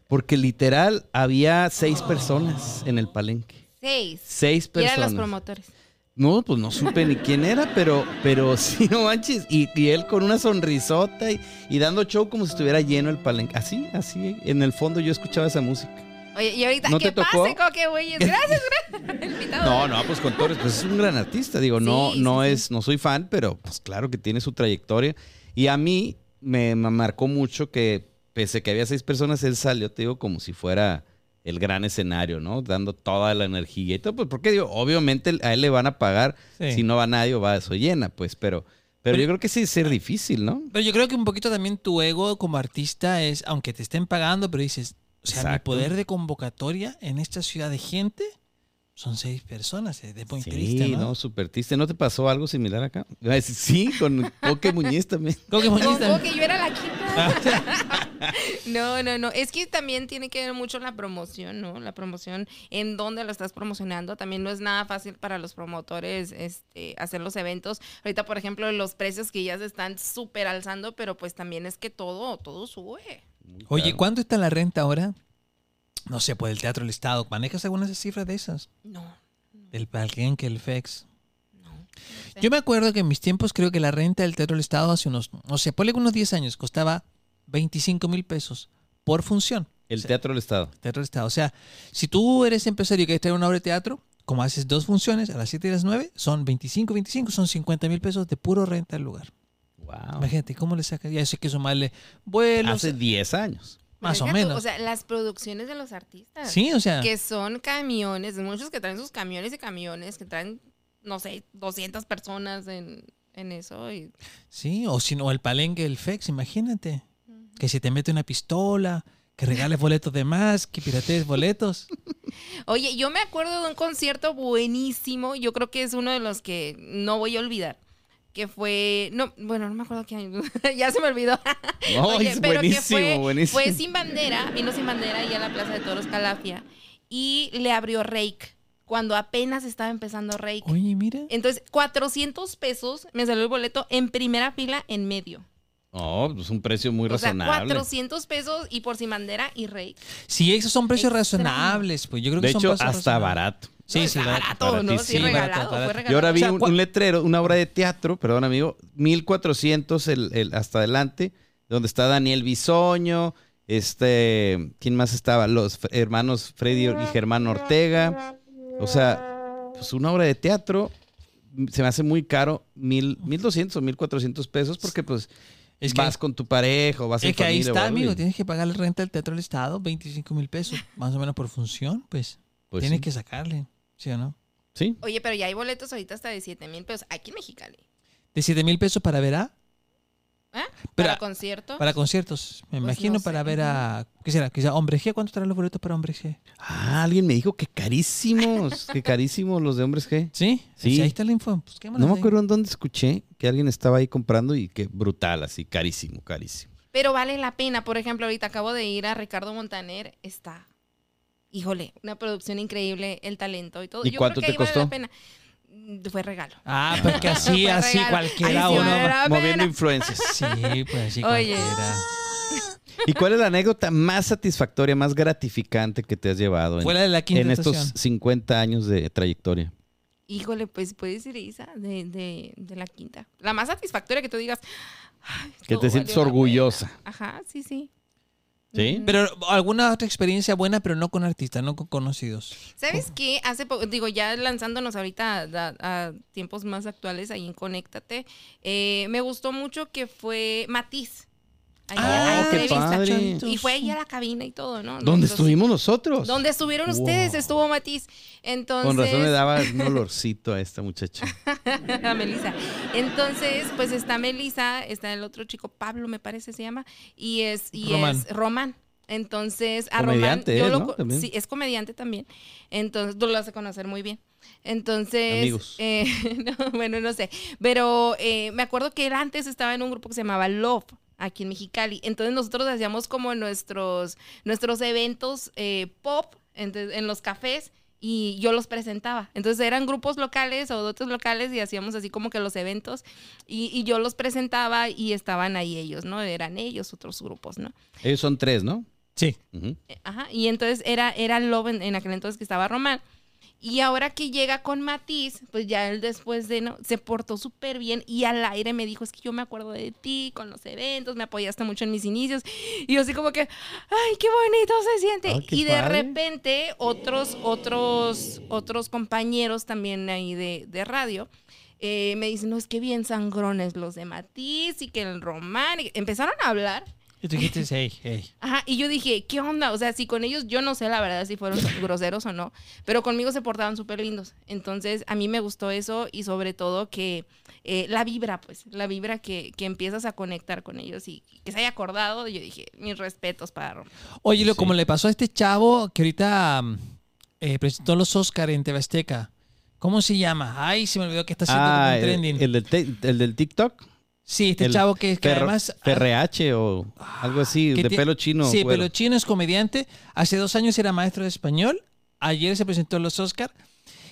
Speaker 1: Porque literal había seis personas en el palenque.
Speaker 3: Seis.
Speaker 1: Seis
Speaker 3: Y eran los
Speaker 1: personas.
Speaker 3: promotores.
Speaker 1: No, pues no supe ni quién era, pero, pero sí, no manches. Y, y él con una sonrisota y, y dando show como si estuviera lleno el palenque. Así, así, en el fondo yo escuchaba esa música.
Speaker 3: Oye, y ahorita,
Speaker 1: ¿No
Speaker 3: ¿qué
Speaker 1: te tocó?
Speaker 3: pase, Coque, güey? Gracias, gracias. El pitado.
Speaker 1: No, no, pues con Torres, pues es un gran artista, digo, no,
Speaker 3: Sí,
Speaker 1: no
Speaker 3: sí, sí.
Speaker 1: es, no soy fan, pero pues claro que tiene su trayectoria. Y a mí me, me marcó mucho que, pese que había seis personas, él salió, te digo, como si fuera el gran escenario, ¿no? Dando toda la energía y todo, pues porque digo, obviamente a él le van a pagar,
Speaker 4: Sí.
Speaker 1: si no va nadie o va a eso llena, pues, pero, Pero yo creo que sí es ser difícil, ¿no?
Speaker 4: Pero yo creo que un poquito también tu ego como artista es, aunque te estén pagando, pero dices, o sea, mi
Speaker 1: Exacto.
Speaker 4: poder de convocatoria en esta ciudad de gente son seis personas, es de muy
Speaker 1: sí,
Speaker 4: triste, ¿no?
Speaker 1: no, súper triste. ¿No te pasó algo similar acá? Iba a decir, Sí, con Coque Muñiz también.
Speaker 4: Creo que muy
Speaker 3: Como
Speaker 4: triste.
Speaker 3: que yo era la quinta.
Speaker 4: Ah.
Speaker 3: no, no, no. Es que también tiene que ver mucho la promoción, ¿no? La promoción, en dónde lo estás promocionando. También no es nada fácil para los promotores este, hacer los eventos. Ahorita, por ejemplo, los precios que ya se están súper alzando, pero pues también es que todo, todo sube.
Speaker 4: Oye,
Speaker 1: Claro.
Speaker 4: ¿cuánto está la renta ahora? No sé, pues el Teatro del Estado, ¿manejas alguna de esas cifras de esas?
Speaker 3: No,
Speaker 4: Del Palquén, que el FEX.
Speaker 3: no. sé.
Speaker 4: Yo me acuerdo que en mis tiempos creo que la renta del Teatro del Estado hace unos, o sea, ponle que unos 10 años, costaba 25 mil pesos por función.
Speaker 1: El Teatro del Estado.
Speaker 4: Teatro del Estado. O sea, si tú eres empresario y quieres tener una obra de teatro, como haces dos funciones a las 7 y las 9, son 25, 25, son 50 mil pesos de puro renta al lugar.
Speaker 3: Ah.
Speaker 1: Wow.
Speaker 4: Imagínate, ¿cómo le sacas? Ya sé que sumarle vuelos,
Speaker 1: Hace 10 años.
Speaker 4: más o
Speaker 3: Deja tú,
Speaker 4: menos.
Speaker 3: O sea, las producciones de los artistas.
Speaker 4: eh, sí, o sea,
Speaker 3: que son camiones, muchos que traen sus camiones y camiones, que traen, no sé, 200 personas en, en eso. Y,
Speaker 4: sí, o si no, el palenque, el FEX, imagínate. Que si te mete una pistola, que regales boletos de más, que piratees boletos.
Speaker 3: Oye, yo me acuerdo de un concierto buenísimo, yo creo que es uno de los que no voy a olvidar, que fue, no, bueno, no me acuerdo qué año, ya se me olvidó.
Speaker 1: No,
Speaker 3: Oye,
Speaker 1: es
Speaker 3: pero que
Speaker 1: buenísimo,
Speaker 3: fue,
Speaker 1: buenísimo.
Speaker 3: fue sin bandera, vino sin bandera y a la Plaza de Toros Calafia y le abrió Rake cuando apenas estaba empezando Rake.
Speaker 4: Oye, mira.
Speaker 3: Entonces, 400 pesos me salió el boleto en primera fila en medio.
Speaker 1: No, pues un precio muy
Speaker 3: o sea,
Speaker 1: razonable.
Speaker 3: 400 pesos y por sin bandera y rey.
Speaker 4: Sí, esos son precios
Speaker 3: Extraño.
Speaker 4: razonables, pues yo creo que
Speaker 1: de
Speaker 4: son
Speaker 1: hecho,
Speaker 4: precios
Speaker 1: hasta
Speaker 4: razonables.
Speaker 1: barato.
Speaker 4: Sí, sí,
Speaker 3: barato, ¿no? Sí,
Speaker 1: baratísimo.
Speaker 3: regalado,
Speaker 4: Barato, barato.
Speaker 3: fue
Speaker 1: Yo
Speaker 3: regalado.
Speaker 1: ahora vi
Speaker 4: O sea,
Speaker 1: un,
Speaker 4: cua-
Speaker 1: un letrero, una obra de teatro, perdón amigo, 1400 el, el- hasta adelante, donde está Daniel Bisoño, este, ¿quién más estaba? Los f- hermanos Freddy y Germán Ortega. O sea, pues una obra de teatro mm, se me hace muy caro, mil, 1200 o 1400 pesos, porque pues
Speaker 4: Es que
Speaker 1: vas con tu pareja o vas en
Speaker 4: Es que ahí
Speaker 1: familia o
Speaker 4: está,
Speaker 1: algo,
Speaker 4: amigo.
Speaker 1: y-
Speaker 4: Tienes que pagar la renta del Teatro del Estado, 25 mil pesos, más o menos por función, pues.
Speaker 1: pues
Speaker 4: tienes
Speaker 1: sí,
Speaker 4: que sacarle, ¿sí o no?
Speaker 1: sí.
Speaker 3: Oye, pero ya hay boletos ahorita hasta de 7 mil pesos aquí en Mexicali.
Speaker 4: De 7 mil pesos para ver a.
Speaker 3: ¿Ah?
Speaker 4: Pero-
Speaker 3: para concierto.
Speaker 4: Para conciertos,
Speaker 3: Pues
Speaker 4: me imagino,
Speaker 3: no sé.
Speaker 4: para ver a. ¿Qué será? Quizá Hombre G. ¿Cuánto traen los boletos para Hombre G?
Speaker 1: Ah, alguien me dijo que carísimos, que carísimos los de hombres G.
Speaker 4: Sí,
Speaker 1: Sí.
Speaker 4: ahí está la info. Pues, qué
Speaker 1: No me acuerdo en dónde escuché que alguien estaba ahí comprando y que brutal, así, carísimo, carísimo.
Speaker 3: Pero vale la pena. Por ejemplo, ahorita acabo de ir a Ricardo Montaner. Está, híjole, una producción increíble, el talento y todo.
Speaker 1: ¿Y
Speaker 3: Yo
Speaker 1: cuánto
Speaker 3: creo que
Speaker 1: te
Speaker 3: ahí vale
Speaker 1: costó?
Speaker 3: la pena. Mm, Fue regalo.
Speaker 4: Ah, porque así,
Speaker 3: Fue
Speaker 4: así,
Speaker 3: regalo. Pues
Speaker 4: cualquiera
Speaker 3: Ahí sí
Speaker 4: uno.
Speaker 3: vale la
Speaker 1: Moviendo
Speaker 3: pena.
Speaker 1: influencias.
Speaker 4: Sí, pues así
Speaker 3: Oye.
Speaker 4: cualquiera.
Speaker 1: ¿Y cuál es la anécdota más satisfactoria, más gratificante que te has llevado en,
Speaker 4: Fue la de la quinta
Speaker 1: en estos
Speaker 4: estación.
Speaker 1: 50 años de trayectoria?
Speaker 3: Híjole, pues puedes ir, Isa, de, de, de la quinta. La más satisfactoria que tú digas. "Ay,
Speaker 1: Que
Speaker 3: todo
Speaker 1: te sientes
Speaker 3: Oh, valió la
Speaker 1: orgullosa.
Speaker 3: pena". Mm, Ajá, sí, sí.
Speaker 1: ¿Sí?
Speaker 4: Pero alguna otra experiencia buena, pero no con artistas, no con conocidos.
Speaker 3: ¿Sabes qué? Hace poco, digo, ya lanzándonos ahorita a, a- a tiempos más actuales ahí en Conéctate, eh, me gustó mucho que fue Matiz. Ahí en- ahí
Speaker 1: Ah,
Speaker 3: en
Speaker 1: qué
Speaker 3: Televisa.
Speaker 1: padre.
Speaker 3: Y fue ahí a la cabina y todo, ¿no?
Speaker 1: ¿Dónde
Speaker 3: Entonces,
Speaker 1: estuvimos nosotros?
Speaker 3: Donde estuvieron ustedes,
Speaker 1: Wow.
Speaker 3: estuvo Matiz. Entonces,
Speaker 1: Con razón le daba un olorcito a esta muchacha.
Speaker 3: a Melissa. Entonces, pues está Melissa, está el otro chico, Pablo me parece se llama, y es, y
Speaker 4: Román.
Speaker 3: es Román. Entonces, a
Speaker 1: Comediante
Speaker 3: Román,
Speaker 1: él,
Speaker 3: lo
Speaker 1: ¿no?
Speaker 3: co-
Speaker 1: También.
Speaker 3: sí, es comediante también. Entonces, tú lo vas a conocer muy bien. Entonces,
Speaker 1: Amigos.
Speaker 3: eh, no, bueno, no sé, pero eh, me acuerdo que él antes estaba en un grupo que se llamaba Love aquí en Mexicali. Entonces nosotros hacíamos como nuestros nuestros eventos eh, pop ente- en, los cafés y yo los presentaba. Entonces eran grupos locales o de otros locales y hacíamos así como que los eventos y, y yo los presentaba y estaban ahí ellos, ¿no? Eran ellos, otros grupos, ¿no?
Speaker 1: Ellos son tres, ¿no?
Speaker 4: Sí.
Speaker 1: Ujú.
Speaker 4: Pues
Speaker 3: Eh, Ajá, y entonces era, era Love en, en aquel entonces que estaba Román. Y ahora que llega con Matiz, pues ya él después de, ¿no? Se portó súper bien y al aire me dijo, es que yo me acuerdo de ti, con los eventos, me apoyaste mucho en mis inicios. Y yo así como que, ay, qué bonito se siente.
Speaker 1: Ah, qué
Speaker 3: y de
Speaker 1: padre.
Speaker 3: repente otros, otros, otros compañeros también ahí de, de radio. eh, me dicen, no, es que bien sangrones los de Matiz y que el Román. y- Empezaron a hablar
Speaker 4: Y tú dijiste, hey, hey.
Speaker 3: Ajá, y yo dije, ¿qué onda? O sea, si con ellos yo no sé la verdad si fueron groseros o no, pero conmigo se portaban súper lindos. Entonces, a mí me gustó eso y sobre todo que eh, la vibra, pues, la vibra que, que empiezas a conectar con ellos y que se haya acordado, yo dije, mis respetos para Roma.
Speaker 4: Oye, lo, como le pasó a este chavo que ahorita mm, eh, presentó los Oscar en TV Azteca. ¿Cómo se llama? Ay, se me olvidó que está haciendo
Speaker 1: Ah,
Speaker 4: un
Speaker 1: el,
Speaker 4: trending.
Speaker 1: el del te- el del TikTok.
Speaker 4: sí, este
Speaker 1: el
Speaker 4: chavo que, que
Speaker 1: Ferro-
Speaker 4: además... ah,
Speaker 1: Ferreache o algo así,
Speaker 4: que
Speaker 1: de
Speaker 4: tie-
Speaker 1: pelo chino.
Speaker 4: Sí,
Speaker 1: güero.
Speaker 4: pelo chino es comediante. Hace dos años era maestro de español. Ayer se presentó en los Oscar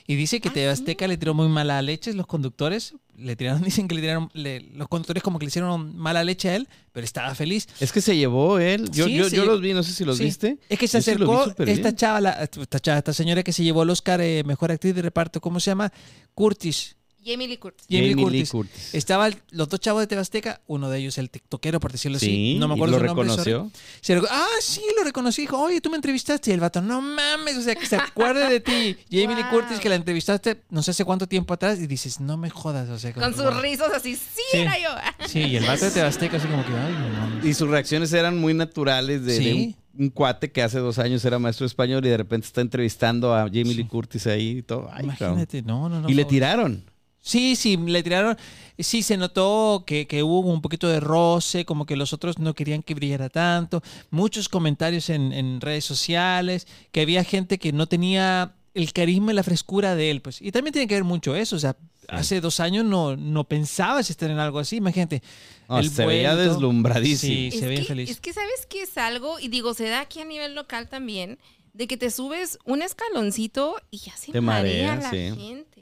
Speaker 4: y dice que TV Azteca le tiró muy mala leche. Los conductores le tiraron, dicen que le tiraron, le- los conductores como que le hicieron mala leche a él, pero estaba feliz.
Speaker 1: Es que se llevó él. Yo,
Speaker 4: Sí,
Speaker 1: yo,
Speaker 4: se
Speaker 1: yo
Speaker 4: llevó-
Speaker 1: los vi, no sé si los
Speaker 4: Sí.
Speaker 1: viste.
Speaker 4: Es que se
Speaker 1: Yo sí los vi
Speaker 4: acercó
Speaker 1: súper
Speaker 4: esta
Speaker 1: bien.
Speaker 4: chava, la- esta chava, esta señora que se llevó el Oscar eh, mejor actriz de reparto, ¿cómo se llama? Curtis.
Speaker 3: Jamie Lee Curtis.
Speaker 4: Jamie,
Speaker 1: Jamie Lee
Speaker 4: Curtis. Este,
Speaker 1: Curtis.
Speaker 4: Estaban los dos chavos de TV Azteca, uno de ellos el tiktokero, por decirlo
Speaker 1: Sí,
Speaker 4: así. No me
Speaker 1: y
Speaker 4: acuerdo
Speaker 1: lo
Speaker 4: su nombre, sorry.
Speaker 1: reconoció.
Speaker 4: Se lo- ah, sí, lo reconocí. Dijo, oye, tú me entrevistaste. Y el vato, no mames, o sea, que se acuerde de ti. Jamie Lee
Speaker 3: Wow.
Speaker 4: Curtis, que la entrevistaste no sé hace cuánto tiempo atrás. Y dices, no me jodas, o sea. como
Speaker 3: Con
Speaker 4: que,
Speaker 3: sus
Speaker 4: wow.
Speaker 3: rizos así, sí,
Speaker 4: Sí.
Speaker 3: era yo.
Speaker 4: Sí, y el vato de Tebasteca así como que, ay, no mames.
Speaker 1: Y sus reacciones eran muy naturales de, de
Speaker 4: Sí.
Speaker 1: un, un cuate que hace dos años era maestro de español y de repente está entrevistando a Jamie Lee Curtis ahí y todo. Ay, cabrón.
Speaker 4: Imagínate, no, no, no.
Speaker 1: y le
Speaker 4: por-
Speaker 1: tiraron.
Speaker 4: Sí, sí, le tiraron. Sí, se notó que, que hubo un poquito de roce, como que los otros no querían que brillara tanto. Muchos comentarios en, en redes sociales, que había gente que no tenía el carisma y la frescura de él, pues. Y también tiene que ver mucho eso, o sea, hace dos años no, no pensabas estar en algo así, imagínate.
Speaker 1: No, se veía
Speaker 4: vuelto.
Speaker 1: deslumbradísimo.
Speaker 4: Sí, se veía
Speaker 3: que,
Speaker 4: feliz.
Speaker 3: Es que sabes que es algo, y digo, se da aquí a nivel local también, de que te subes un escaloncito y ya se
Speaker 1: Te
Speaker 3: marea,
Speaker 1: marea,
Speaker 3: la
Speaker 1: sí.
Speaker 3: gente.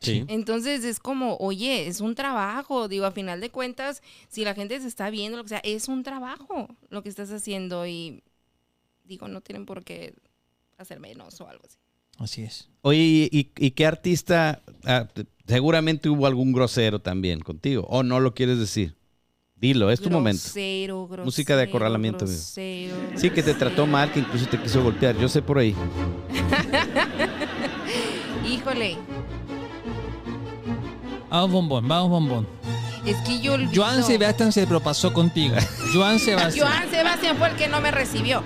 Speaker 1: Sí.
Speaker 3: Entonces es como, oye, es un trabajo. Digo, a final de cuentas, si la gente se está viendo, lo que sea, es un trabajo lo que estás haciendo y digo, no tienen por qué hacer menos o algo así.
Speaker 4: Así es.
Speaker 1: Oye, ¿y, y- y qué artista? ah, te- seguramente hubo algún grosero también contigo. ¿O no lo quieres decir? Dilo, es tu momento.
Speaker 3: Grosero, grosero,
Speaker 1: Música de acorralamiento, amigo.
Speaker 3: grosero,
Speaker 1: Sí, que te trató
Speaker 3: grosero.
Speaker 1: mal, que incluso te quiso golpear. Yo sé por ahí.
Speaker 3: Híjole,
Speaker 4: Vamos, bombón, vamos, bombón.
Speaker 3: es que yo olvido.
Speaker 4: Joan Sebastián se propasó contigo. Joan Sebastián.
Speaker 3: Joan Sebastián fue el que no me recibió.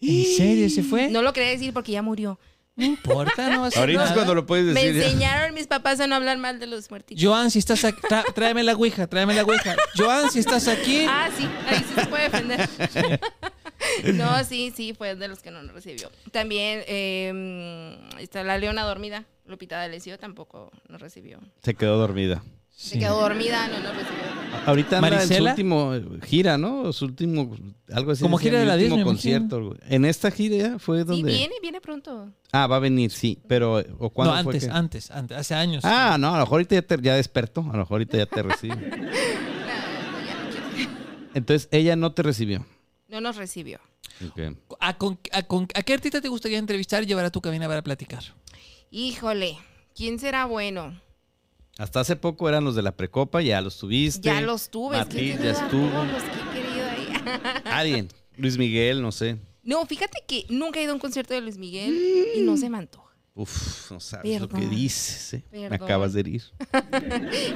Speaker 4: ¿En serio se
Speaker 1: ¿Eh?
Speaker 4: fue? No,
Speaker 3: No lo quería decir porque ya murió.
Speaker 4: importa, no pasa
Speaker 1: Ahorita es
Speaker 4: nada.
Speaker 1: cuando lo puedes
Speaker 3: Me
Speaker 1: decir.
Speaker 3: enseñaron mis papás a no hablar mal de los muertitos.
Speaker 4: Joan, si estás aquí, tráeme la ouija, tráeme la ouija. Joan, si estás aquí,
Speaker 3: Ah, sí, ahí sí se puede defender. no, sí, sí, fue de los que no lo recibió. También eh, está la leona dormida, Lupita D'Alessio tampoco nos recibió.
Speaker 1: Se quedó dormida.
Speaker 4: Sí.
Speaker 3: Se quedó dormida, no nos recibió.
Speaker 1: Ahorita anda
Speaker 4: ¿Marisela?
Speaker 1: en su último eh, gira, ¿no? Su último, algo así.
Speaker 4: Como
Speaker 1: decía,
Speaker 4: gira de
Speaker 1: mi
Speaker 4: la
Speaker 1: último
Speaker 4: Disney, me
Speaker 1: concierto. güey. En esta gira fue
Speaker 3: Sí,
Speaker 1: donde...
Speaker 3: viene, viene pronto.
Speaker 1: Ah, va a venir, sí. Pero, eh, ¿o cuándo
Speaker 4: no,
Speaker 1: fue
Speaker 4: antes,
Speaker 1: que-
Speaker 4: antes, antes, hace años.
Speaker 1: Ah, no, a lo mejor ahorita ya, te- ya despertó. A lo mejor ahorita ya te recibe. Entonces, ella no te recibió.
Speaker 3: No nos recibió.
Speaker 1: Ok.
Speaker 4: ¿A, con- a con- a qué artista te gustaría entrevistar y llevar a tu cabina para platicar?
Speaker 3: Híjole, ¿quién será bueno?
Speaker 1: Hasta hace poco eran los de la precopa, ya los tuviste.
Speaker 3: ya los tuve. es que he
Speaker 1: Matiz Este, ya
Speaker 3: tenido a
Speaker 1: estuvo.
Speaker 3: todos los que he querido ahí.
Speaker 1: Alguien. Luis Miguel, no sé.
Speaker 3: No, fíjate que nunca he ido a un concierto de Luis Miguel
Speaker 1: Mm.
Speaker 3: y no se me antoja.
Speaker 1: Uf, no sabes lo que
Speaker 3: Perdón.
Speaker 1: dices. ¿eh? Me
Speaker 3: Perdón.
Speaker 1: acabas de herir.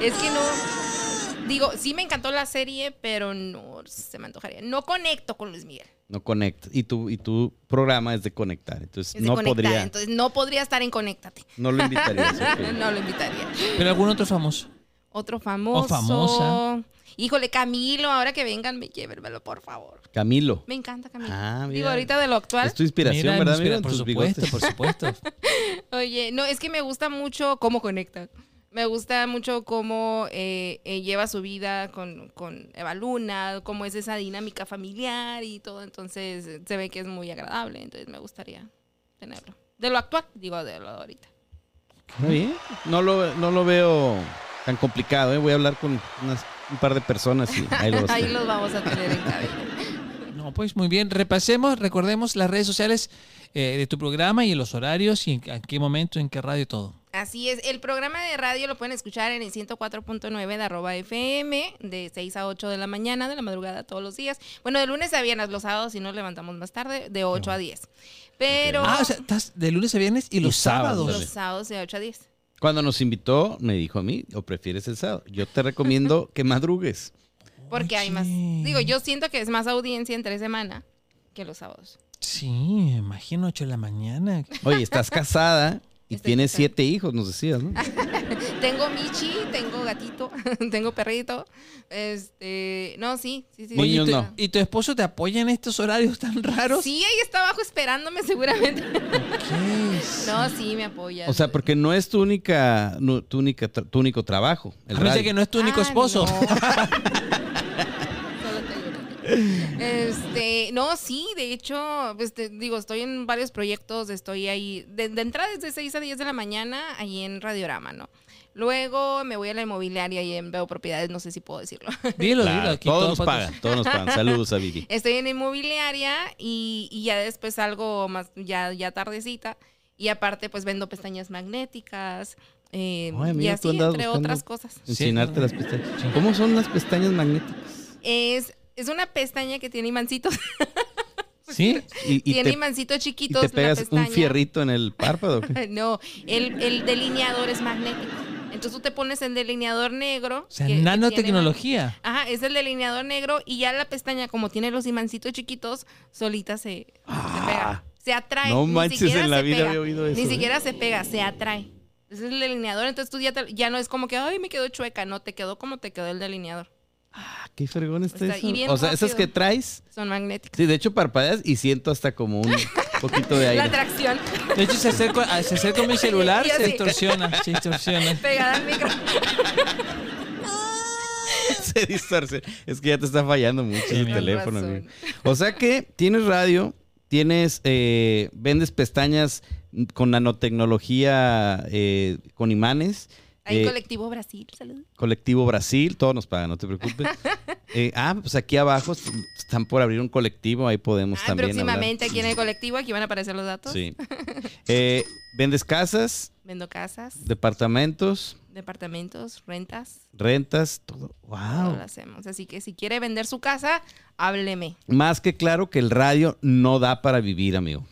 Speaker 3: Es que no. Digo, sí me encantó la serie, pero no se me antojaría. No conecto con Luis Miguel.
Speaker 1: No conecta. Y tu, y tu programa es de conectar. Entonces
Speaker 3: Es de
Speaker 1: no
Speaker 3: conectar,
Speaker 1: podría.
Speaker 3: Entonces no podría estar en Conéctate.
Speaker 1: No lo invitarías. ok.
Speaker 3: no lo invitaría.
Speaker 4: ¿Pero algún otro famoso?
Speaker 3: Otro famoso.
Speaker 4: famosa.
Speaker 3: Híjole, Camilo, ahora que vengan, me llévenmelo, por favor.
Speaker 1: Camilo.
Speaker 3: Me encanta Camilo.
Speaker 1: Ah, mira.
Speaker 3: Digo, ahorita de lo actual.
Speaker 1: Es tu inspiración,
Speaker 4: Mira,
Speaker 1: ¿verdad?
Speaker 4: inspira-
Speaker 1: Mira, en
Speaker 4: por
Speaker 1: tus
Speaker 4: supuesto,
Speaker 1: bigotes.
Speaker 4: por supuesto.
Speaker 3: Oye, no, es que me gusta mucho cómo conecta. Me gusta mucho cómo eh, eh, lleva su vida con, con Eva Luna, cómo es esa dinámica familiar y todo. Entonces eh, se ve que es muy agradable. Entonces me gustaría tenerlo. De lo actual, digo, de lo de ahorita.
Speaker 1: Muy bien. No lo, no lo veo tan complicado. ¿eh? Voy a hablar con unas- un par de personas y ahí lo vas a
Speaker 3: Ahí
Speaker 1: tener.
Speaker 3: los vamos a tener en cabina.
Speaker 4: No, pues muy bien. Repasemos, recordemos las redes sociales eh, de tu programa y los horarios y en, a qué momento, en qué radio y todo.
Speaker 3: Así es, el programa de radio lo pueden escuchar en el 104.9 de arroba FM, de 6 a 8 de la mañana, de la madrugada todos los días. Bueno, de lunes a viernes, los sábados, si nos levantamos más tarde, de 8 a 10. Pero
Speaker 4: Ah, o sea, estás de lunes a viernes y los, sábados.
Speaker 3: los sábados de 8 a 10.
Speaker 1: Cuando nos invitó, me dijo a mí, ¿o prefieres el sábado? Yo te recomiendo que madrugues.
Speaker 3: Porque hay más.
Speaker 4: Oye.
Speaker 3: Digo, yo siento que es más audiencia entre semana que los sábados.
Speaker 4: Sí, me imagino 8 de la mañana.
Speaker 1: Oye, estás casada y
Speaker 3: Estoy
Speaker 1: tienes
Speaker 3: casada.
Speaker 1: siete hijos, nos decías, ¿no?
Speaker 3: Tengo Michi, tengo gatito, tengo perrito. Este, no, sí, sí, sí.
Speaker 4: Oye, ¿y
Speaker 1: Niños
Speaker 4: tu-
Speaker 1: no.
Speaker 4: ¿y tu esposo te apoya en estos horarios tan raros?
Speaker 3: Sí, ahí está abajo esperándome seguramente.
Speaker 4: ¿Qué es?
Speaker 3: No, sí, me apoya.
Speaker 1: O sea, porque no es tu única, no, tu única, tra- tu único trabajo. El
Speaker 4: A pesar de
Speaker 1: radio.
Speaker 4: que no es tu único
Speaker 3: Ah,
Speaker 4: esposo.
Speaker 3: no. Solo tengo uno. Este, no, sí, de hecho, pues, te digo, estoy en varios proyectos, estoy ahí, de, de entrada desde 6 a 10 de la mañana, ahí en Radiorama, ¿no? Luego me voy a la inmobiliaria y en- veo propiedades, no sé si puedo decirlo.
Speaker 4: Dilo, dilo.
Speaker 1: Claro,
Speaker 4: aquí
Speaker 1: todos
Speaker 4: todo
Speaker 1: nos
Speaker 4: patro-
Speaker 1: pagan, todos nos pagan. Saludos a Vivi.
Speaker 3: Estoy en la inmobiliaria y, y ya después salgo más, ya, ya tardecita. Y aparte, pues vendo pestañas magnéticas eh,
Speaker 1: Ay,
Speaker 3: y
Speaker 1: amiga, tú
Speaker 3: así,
Speaker 1: andabas
Speaker 3: entre
Speaker 1: buscando-
Speaker 3: otras cosas.
Speaker 4: Sí.
Speaker 1: Ensinarte las pestañas. ¿Cómo son las pestañas magnéticas?
Speaker 3: Es, es una pestaña que tiene imancitos.
Speaker 4: ¿Sí?
Speaker 1: Y, y
Speaker 3: tiene
Speaker 1: te,
Speaker 3: imancitos
Speaker 1: y
Speaker 3: chiquitos.
Speaker 1: te
Speaker 3: la
Speaker 1: pegas un
Speaker 3: pestaña. Eh,
Speaker 1: fierrito en el párpado. ¿o qué?
Speaker 3: No, el, el delineador es magnético. Entonces tú te pones el delineador negro.
Speaker 4: O sea,
Speaker 3: que- que tiene-
Speaker 4: nanotecnología.
Speaker 3: Ajá, es el delineador negro y ya la pestaña, como tiene los imancitos chiquitos, solita se, se pega. Se atrae.
Speaker 1: Ah, No
Speaker 3: ni
Speaker 1: manches,
Speaker 3: siquiera
Speaker 1: en la
Speaker 3: se
Speaker 1: vida
Speaker 3: pega.
Speaker 1: había oído eso,
Speaker 3: Ni
Speaker 1: ¿eh?
Speaker 3: siquiera se pega, se atrae. Ese es el delineador, entonces tú ya, te- ya no es como que, ay, me quedó chueca. No, te quedó como te quedó el delineador.
Speaker 1: Ah, qué fregón está
Speaker 3: Está- y bien
Speaker 1: eso. O sea, esas que
Speaker 3: rápido.
Speaker 1: traes.
Speaker 3: Son magnéticos.
Speaker 1: Sí, de hecho parpadeas y siento hasta como un poquito de
Speaker 3: La
Speaker 1: aire.
Speaker 3: atracción
Speaker 4: De hecho, se acerca, ah, se acerca mi celular,
Speaker 3: Y
Speaker 4: se
Speaker 3: así.
Speaker 4: distorsiona, se distorsiona.
Speaker 3: pegada al micro.
Speaker 1: Eh, Se distorsiona. Es que ya te está fallando mucho el
Speaker 4: con
Speaker 1: teléfono.
Speaker 3: razón.
Speaker 1: amigo. O sea que tienes radio, tienes, eh, vendes pestañas con nanotecnología, eh, con imanes.
Speaker 3: Ahí
Speaker 1: eh,
Speaker 3: colectivo Brasil, salud.
Speaker 1: Colectivo Brasil, todos nos pagan, no te preocupes. Eh, ah, pues aquí abajo est- están por abrir un colectivo, ahí podemos
Speaker 3: Ah,
Speaker 1: también. hablar.
Speaker 3: próximamente aquí en el colectivo, aquí van a aparecer los datos.
Speaker 1: Sí. Eh, vendes casas,
Speaker 3: Vendo casas,
Speaker 1: departamentos,
Speaker 3: departamentos, rentas.
Speaker 1: rentas, todo.
Speaker 3: Todo
Speaker 1: ¡Wow!
Speaker 3: lo hacemos. Así que si quiere vender su casa, hábleme.
Speaker 1: Más que claro que el radio no da para vivir, amigo.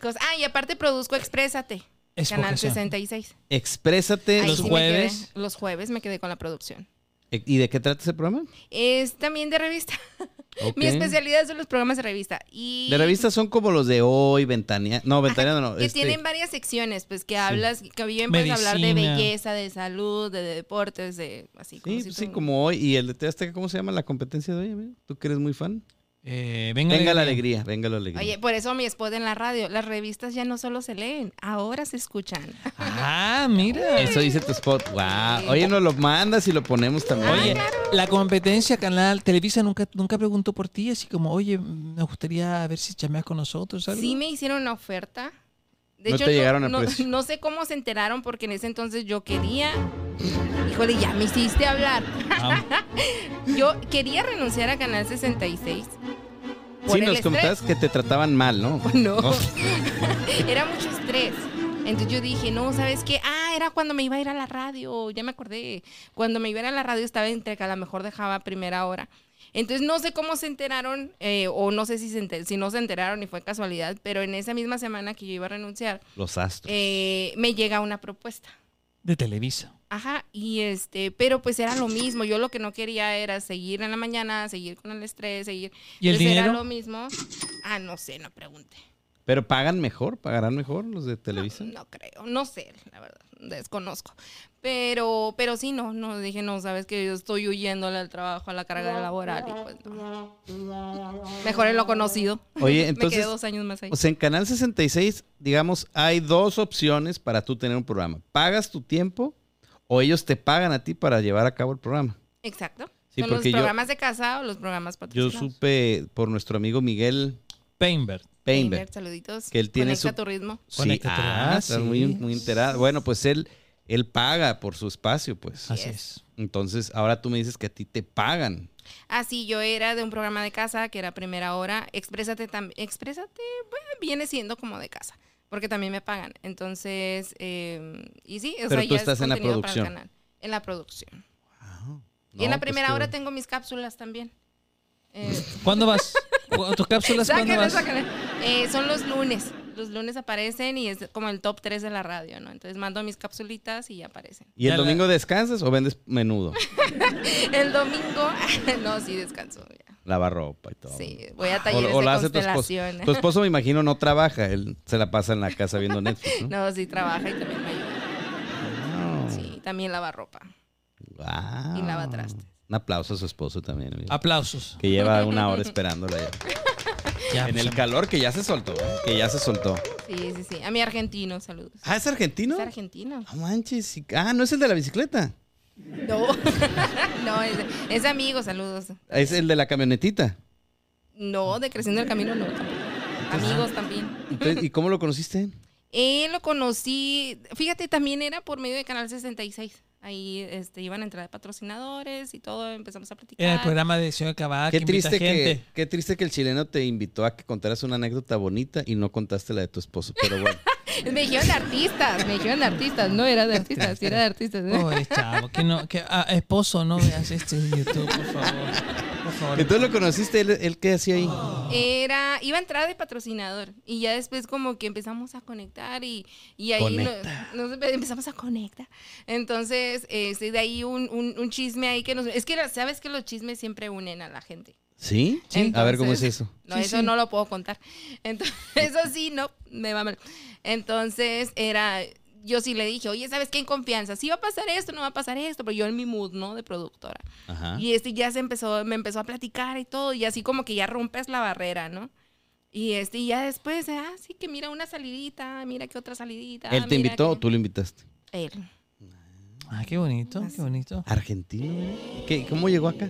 Speaker 3: Cos- Ah, y aparte produzco Exprésate.
Speaker 4: Es
Speaker 3: canal
Speaker 4: vocación.
Speaker 3: 66.
Speaker 1: Exprésate.
Speaker 3: Ahí
Speaker 4: Los
Speaker 3: me
Speaker 4: jueves.
Speaker 3: quedé- los jueves me quedé con la producción.
Speaker 1: eh, ¿Y de qué trata ese programa?
Speaker 3: Es también de revista.
Speaker 1: Ok.
Speaker 3: Mi especialidad son los programas de revista. Y
Speaker 1: De revistas son como los de hoy, Ventanea. No, Ventanea no.
Speaker 3: que
Speaker 1: este,
Speaker 3: tienen varias secciones, pues que hablas, que bien puedes hablar de
Speaker 4: Medicina.
Speaker 3: belleza, de salud, de, de deportes, de así
Speaker 1: Sí,
Speaker 3: si
Speaker 1: pues sí,
Speaker 3: tú-
Speaker 1: como hoy. ¿Y el de TV Azteca, cómo se llama la competencia de hoy, amigo? ¿Tú que eres muy fan?
Speaker 4: Eh, venga,
Speaker 1: Venga la alegría, venga la alegría.
Speaker 3: Oye, por eso mi spot en la radio. Las revistas ya no solo se leen, ahora se escuchan.
Speaker 4: Ah, mira.
Speaker 1: Eso dice tu spot.
Speaker 3: Sí.
Speaker 1: Wow. Oye, nos lo mandas y lo ponemos también.
Speaker 4: Oye, la competencia Canal Televisa nunca, nunca preguntó por ti, así como, oye, nos gustaría ver si chameas con nosotros. algo.
Speaker 3: Sí me hicieron una oferta. De
Speaker 1: No
Speaker 3: hecho,
Speaker 1: te llegaron a
Speaker 3: no,
Speaker 1: precio.
Speaker 3: no sé cómo se enteraron porque en ese entonces yo quería... Híjole, ya me hiciste hablar.
Speaker 4: Ah,
Speaker 3: Yo quería renunciar a Canal 66. Por
Speaker 1: sí,
Speaker 3: el
Speaker 1: nos
Speaker 3: estrés.
Speaker 1: comentabas que te trataban mal, ¿no?
Speaker 3: No.
Speaker 1: Oh,
Speaker 3: Era mucho estrés. Entonces yo dije, no, ¿sabes qué? Ah, era cuando me iba a ir a la radio, ya me acordé. Cuando me iba a ir a la radio estaba entre que a lo mejor dejaba primera hora. Entonces no sé cómo se enteraron, eh, o no sé si, se enter- si no se enteraron y fue casualidad, pero en esa misma semana que yo iba a renunciar,
Speaker 1: los astros.
Speaker 3: eh, me llega una propuesta.
Speaker 4: de Televisa.
Speaker 3: Ajá, y este, pero pues era lo mismo. Yo lo que no quería era seguir en la mañana, seguir con el estrés, seguir.
Speaker 4: ¿Y el
Speaker 3: Entonces,
Speaker 4: dinero?
Speaker 3: Era lo mismo. Ah, no sé, no pregunté.
Speaker 1: Pero pagan mejor, pagarán mejor los de Televisa.
Speaker 3: No creo, no sé, la verdad, desconozco. Pero, pero sí, no, no, dije, no, sabes que yo estoy huyéndole al trabajo, a la carga laboral y pues no. Mejor en lo conocido.
Speaker 1: Oye,
Speaker 3: Me quedé
Speaker 1: entonces,
Speaker 3: dos años más ahí.
Speaker 1: o sea, en Canal 66, digamos, hay dos opciones para tú tener un programa. Pagas tu tiempo o ellos te pagan a ti para llevar a cabo el programa.
Speaker 3: Exacto.
Speaker 1: Sí,
Speaker 3: Son los
Speaker 1: porque yo-
Speaker 3: programas de casa o los programas
Speaker 1: Yo
Speaker 3: patrocinados.
Speaker 1: supe por nuestro amigo Miguel
Speaker 4: Painberg.
Speaker 1: Painberg.
Speaker 3: saluditos.
Speaker 1: que él tiene
Speaker 3: Conecta
Speaker 1: su-
Speaker 3: tu ritmo.
Speaker 1: Sí,
Speaker 4: Conéctate,
Speaker 1: ah,
Speaker 4: ah,
Speaker 1: estás
Speaker 4: sí.
Speaker 1: muy, muy enterado. Bueno, pues él, él paga por su espacio, pues.
Speaker 4: Así
Speaker 3: es.
Speaker 4: es.
Speaker 1: Entonces, ahora tú me dices que a ti te pagan.
Speaker 3: Ah, sí, yo era de un programa de casa que era primera hora. Exprésate también. Exprésate bueno, viene siendo como de casa, porque también me pagan. Entonces, eh, y sí, o
Speaker 1: Pero
Speaker 3: sea,
Speaker 1: tú
Speaker 3: ya es
Speaker 1: estás en la
Speaker 3: contenido para el
Speaker 1: producción.
Speaker 3: canal. En la producción.
Speaker 1: No,
Speaker 3: y en la
Speaker 1: pues,
Speaker 3: primera
Speaker 1: qué
Speaker 3: hora
Speaker 1: bueno.
Speaker 3: tengo mis cápsulas también. Eh,
Speaker 4: ¿Cuándo vas? ¿Cu- ¿Tus cápsulas cuándo
Speaker 1: Pues
Speaker 3: sáquenle,
Speaker 4: vas?
Speaker 3: sáquenle. Eh, son los lunes. Los lunes aparecen y es como el top 3 de la radio, ¿no? Entonces mando mis capsulitas y ya aparecen.
Speaker 1: ¿Y el
Speaker 4: Ya la-
Speaker 1: domingo descansas o vendes menudo?
Speaker 3: El domingo, no, sí descanso. ya.
Speaker 1: Lavar ropa y todo.
Speaker 3: Sí, voy a
Speaker 1: O-
Speaker 3: talleres
Speaker 1: o
Speaker 3: de
Speaker 1: la hace tu esposo. Pues,
Speaker 3: constelación.
Speaker 1: Tu esposo, me imagino, no trabaja. Él se la pasa en la casa viendo Netflix, ¿no?
Speaker 3: No, sí trabaja y también me ayuda.
Speaker 1: No.
Speaker 4: Ah.
Speaker 3: Sí, también lava ropa.
Speaker 1: Guau.
Speaker 3: Y lava trastes.
Speaker 1: Un aplauso a su esposo también. amigo.
Speaker 4: Aplausos.
Speaker 1: Que lleva una hora esperándola. ya.
Speaker 4: Ya,
Speaker 1: En
Speaker 4: pues,
Speaker 1: el calor que ya se soltó, ¿eh? que ya se soltó.
Speaker 3: Sí, sí, sí. A mi argentino, saludos.
Speaker 1: Ah, ¿es argentino?
Speaker 3: Es argentino.
Speaker 1: No manches. y- Ah, no es el de la bicicleta.
Speaker 3: No, no, es, es amigo, saludos.
Speaker 1: Es el de la camionetita.
Speaker 3: No, de Creciendo el Camino no. tampoco. Amigos también.
Speaker 1: Entonces, ¿Y cómo lo conociste?
Speaker 3: Él lo conocí, fíjate, también era por medio de Canal 66. Ahí este, iban a entrar patrocinadores y todo, empezamos a platicar.
Speaker 4: En el programa de Señor Cavada,
Speaker 1: Qué
Speaker 4: que invita
Speaker 1: triste Ah, que,
Speaker 4: gente.
Speaker 1: qué triste que el chileno te invitó a que contaras una anécdota bonita y no contaste la de tu esposo. Pero bueno,
Speaker 3: Me dijeron de artistas, me dijeron de artistas, no era de artistas, sí era de artistas.
Speaker 4: Pobre chavo, que no, que ah, esposo, no veas este YouTube, por favor. Por favor.
Speaker 1: entonces lo conociste, él, él qué hacía ahí.
Speaker 3: Era, iba a entrar de patrocinador y ya después como que empezamos a conectar y, y ahí no-
Speaker 1: Conecta.
Speaker 3: nos, empe- empezamos a conectar. Entonces, este, de ahí un, un- un chisme ahí que nos... Es que la- sabes que los chismes siempre unen a la gente.
Speaker 1: ¿Sí? a
Speaker 3: Entonces-
Speaker 1: ver cómo es eso.
Speaker 3: No,
Speaker 4: Sí,
Speaker 3: eso
Speaker 4: sí.
Speaker 3: no lo puedo contar. Entonces, eso sí, no, me va mal. Entonces, era, yo sí le dije, oye, ¿sabes qué? En confianza, sí va a pasar esto, no va a pasar esto, pero yo en mi mood, ¿no? De productora.
Speaker 1: Ajá.
Speaker 3: Y este ya se empezó, me empezó a platicar y todo, y así como que ya rompes la barrera, ¿no? Y este, y ya después, ah, sí que mira una salidita, mira que otra salidita.
Speaker 1: ¿Él te
Speaker 3: ah, mira
Speaker 1: invitó
Speaker 3: que-
Speaker 1: o tú lo invitaste?
Speaker 3: Él.
Speaker 4: Ah, qué bonito, qué bonito.
Speaker 1: ¿Argentino? eh? ¿Qué, ¿Cómo llegó acá?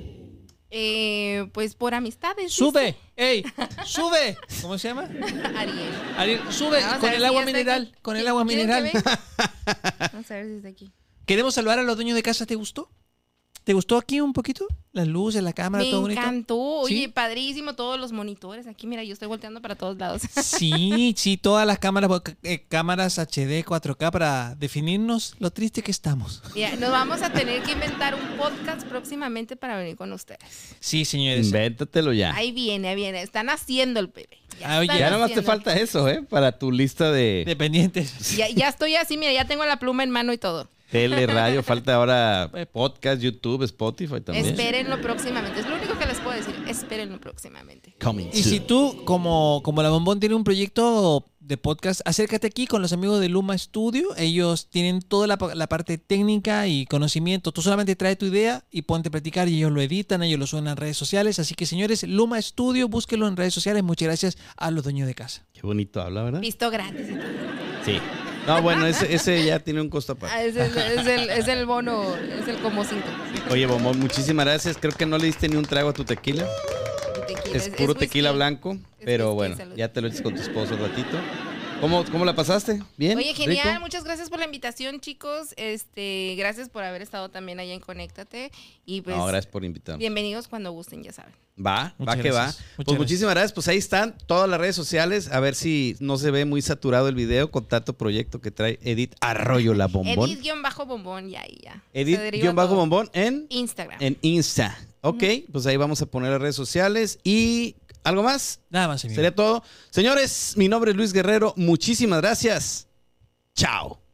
Speaker 3: Eh, pues por amistades.
Speaker 4: ¡Sube! ¡Ey! ¡Sube! ¿Cómo se llama?
Speaker 3: dice Ariel.
Speaker 4: Ariel, sube
Speaker 3: Vamos a
Speaker 4: con
Speaker 3: ver
Speaker 4: el
Speaker 3: si
Speaker 4: agua
Speaker 3: ya está
Speaker 4: mineral.
Speaker 3: aquí.
Speaker 4: Con el agua
Speaker 3: ¿Quieren que
Speaker 4: mineral.
Speaker 3: venga? Vamos a ver si está aquí.
Speaker 4: Queremos saludar a los dueños de casa. ¿Te gustó? ¿Te gustó aquí un poquito? Las luces, la cámara,
Speaker 3: Me
Speaker 4: todo bonito.
Speaker 3: encantó. Oye,
Speaker 4: Sí.
Speaker 3: padrísimo todos los monitores. Aquí, mira, yo estoy volteando para todos lados.
Speaker 4: Sí, sí, todas las cámaras, porque, eh, cámaras HD, 4K para definirnos lo triste que estamos.
Speaker 3: Mira, nos vamos a tener que inventar un podcast próximamente para venir con ustedes.
Speaker 4: Sí, señores.
Speaker 1: Invéntatelo ya.
Speaker 3: Ahí viene, ahí viene. Están haciendo el bebé.
Speaker 4: Ah, oye.
Speaker 3: están
Speaker 1: Ah. Ya nomás te
Speaker 3: haciendo.
Speaker 1: falta eso, ¿eh? Para tu lista de
Speaker 4: Dependientes.
Speaker 3: Ya, ya estoy así, mira, ya tengo la pluma en mano y todo.
Speaker 1: tele, radio, falta ahora podcast, YouTube, Spotify también.
Speaker 3: Espérenlo próximamente. Es lo único que les puedo decir. Espérenlo próximamente.
Speaker 1: Coming
Speaker 4: Y si
Speaker 1: soon.
Speaker 4: tú, como, como la Bombón tiene un proyecto de podcast, acércate aquí con los amigos de Luma Studio. Ellos tienen toda la, pa- la parte técnica y conocimiento. Tú solamente trae tu idea y ponte a platicar y ellos lo editan, ellos lo suben en redes sociales. Así que, señores, Luma Studio, búsquenlo en redes sociales. Muchas gracias a los dueños de casa.
Speaker 1: Qué bonito habla, ¿verdad?
Speaker 3: Visto gratis.
Speaker 1: Sí. No, bueno, ese, ese ya tiene un costo
Speaker 3: Ah,
Speaker 1: aparte.
Speaker 3: Es, es- es el, es el bono, es el como cinco.
Speaker 1: Oye, Bombón, muchísimas gracias. Creo que no le diste ni un trago a tu tequila.
Speaker 3: Tequila,
Speaker 1: Es puro
Speaker 3: whisky.
Speaker 1: tequila blanco, pero
Speaker 3: whisky,
Speaker 1: bueno,
Speaker 3: salud.
Speaker 1: ya te lo echas con tu esposo un ratito. ¿Cómo, cómo la pasaste? ¿Bien?
Speaker 3: Oye, genial,
Speaker 1: ¿Rico?
Speaker 3: muchas gracias por la invitación, chicos. Este, gracias por haber estado también allá en Conéctate. Y pues,
Speaker 1: no, gracias por invitarme.
Speaker 3: bienvenidos cuando gusten, ya saben.
Speaker 1: Va,
Speaker 4: Muchas
Speaker 1: va que va.
Speaker 4: gracias, muchas
Speaker 1: pues muchísimas gracias. Pues ahí están todas las redes sociales. A ver si no se ve muy saturado el video con tanto proyecto que trae Edith Arroyo la Bombón.
Speaker 3: Edith-bombón, ya, y ya. Se
Speaker 1: Edith
Speaker 3: deriva
Speaker 1: guión bajo
Speaker 3: todo.
Speaker 1: bombón en,
Speaker 3: Instagram.
Speaker 1: en Insta. Ok, pues ahí vamos a poner las redes sociales y algo más.
Speaker 4: Nada más, amigo.
Speaker 1: Sería todo. Señores, mi nombre es Luis Guerrero. Muchísimas gracias. Chao.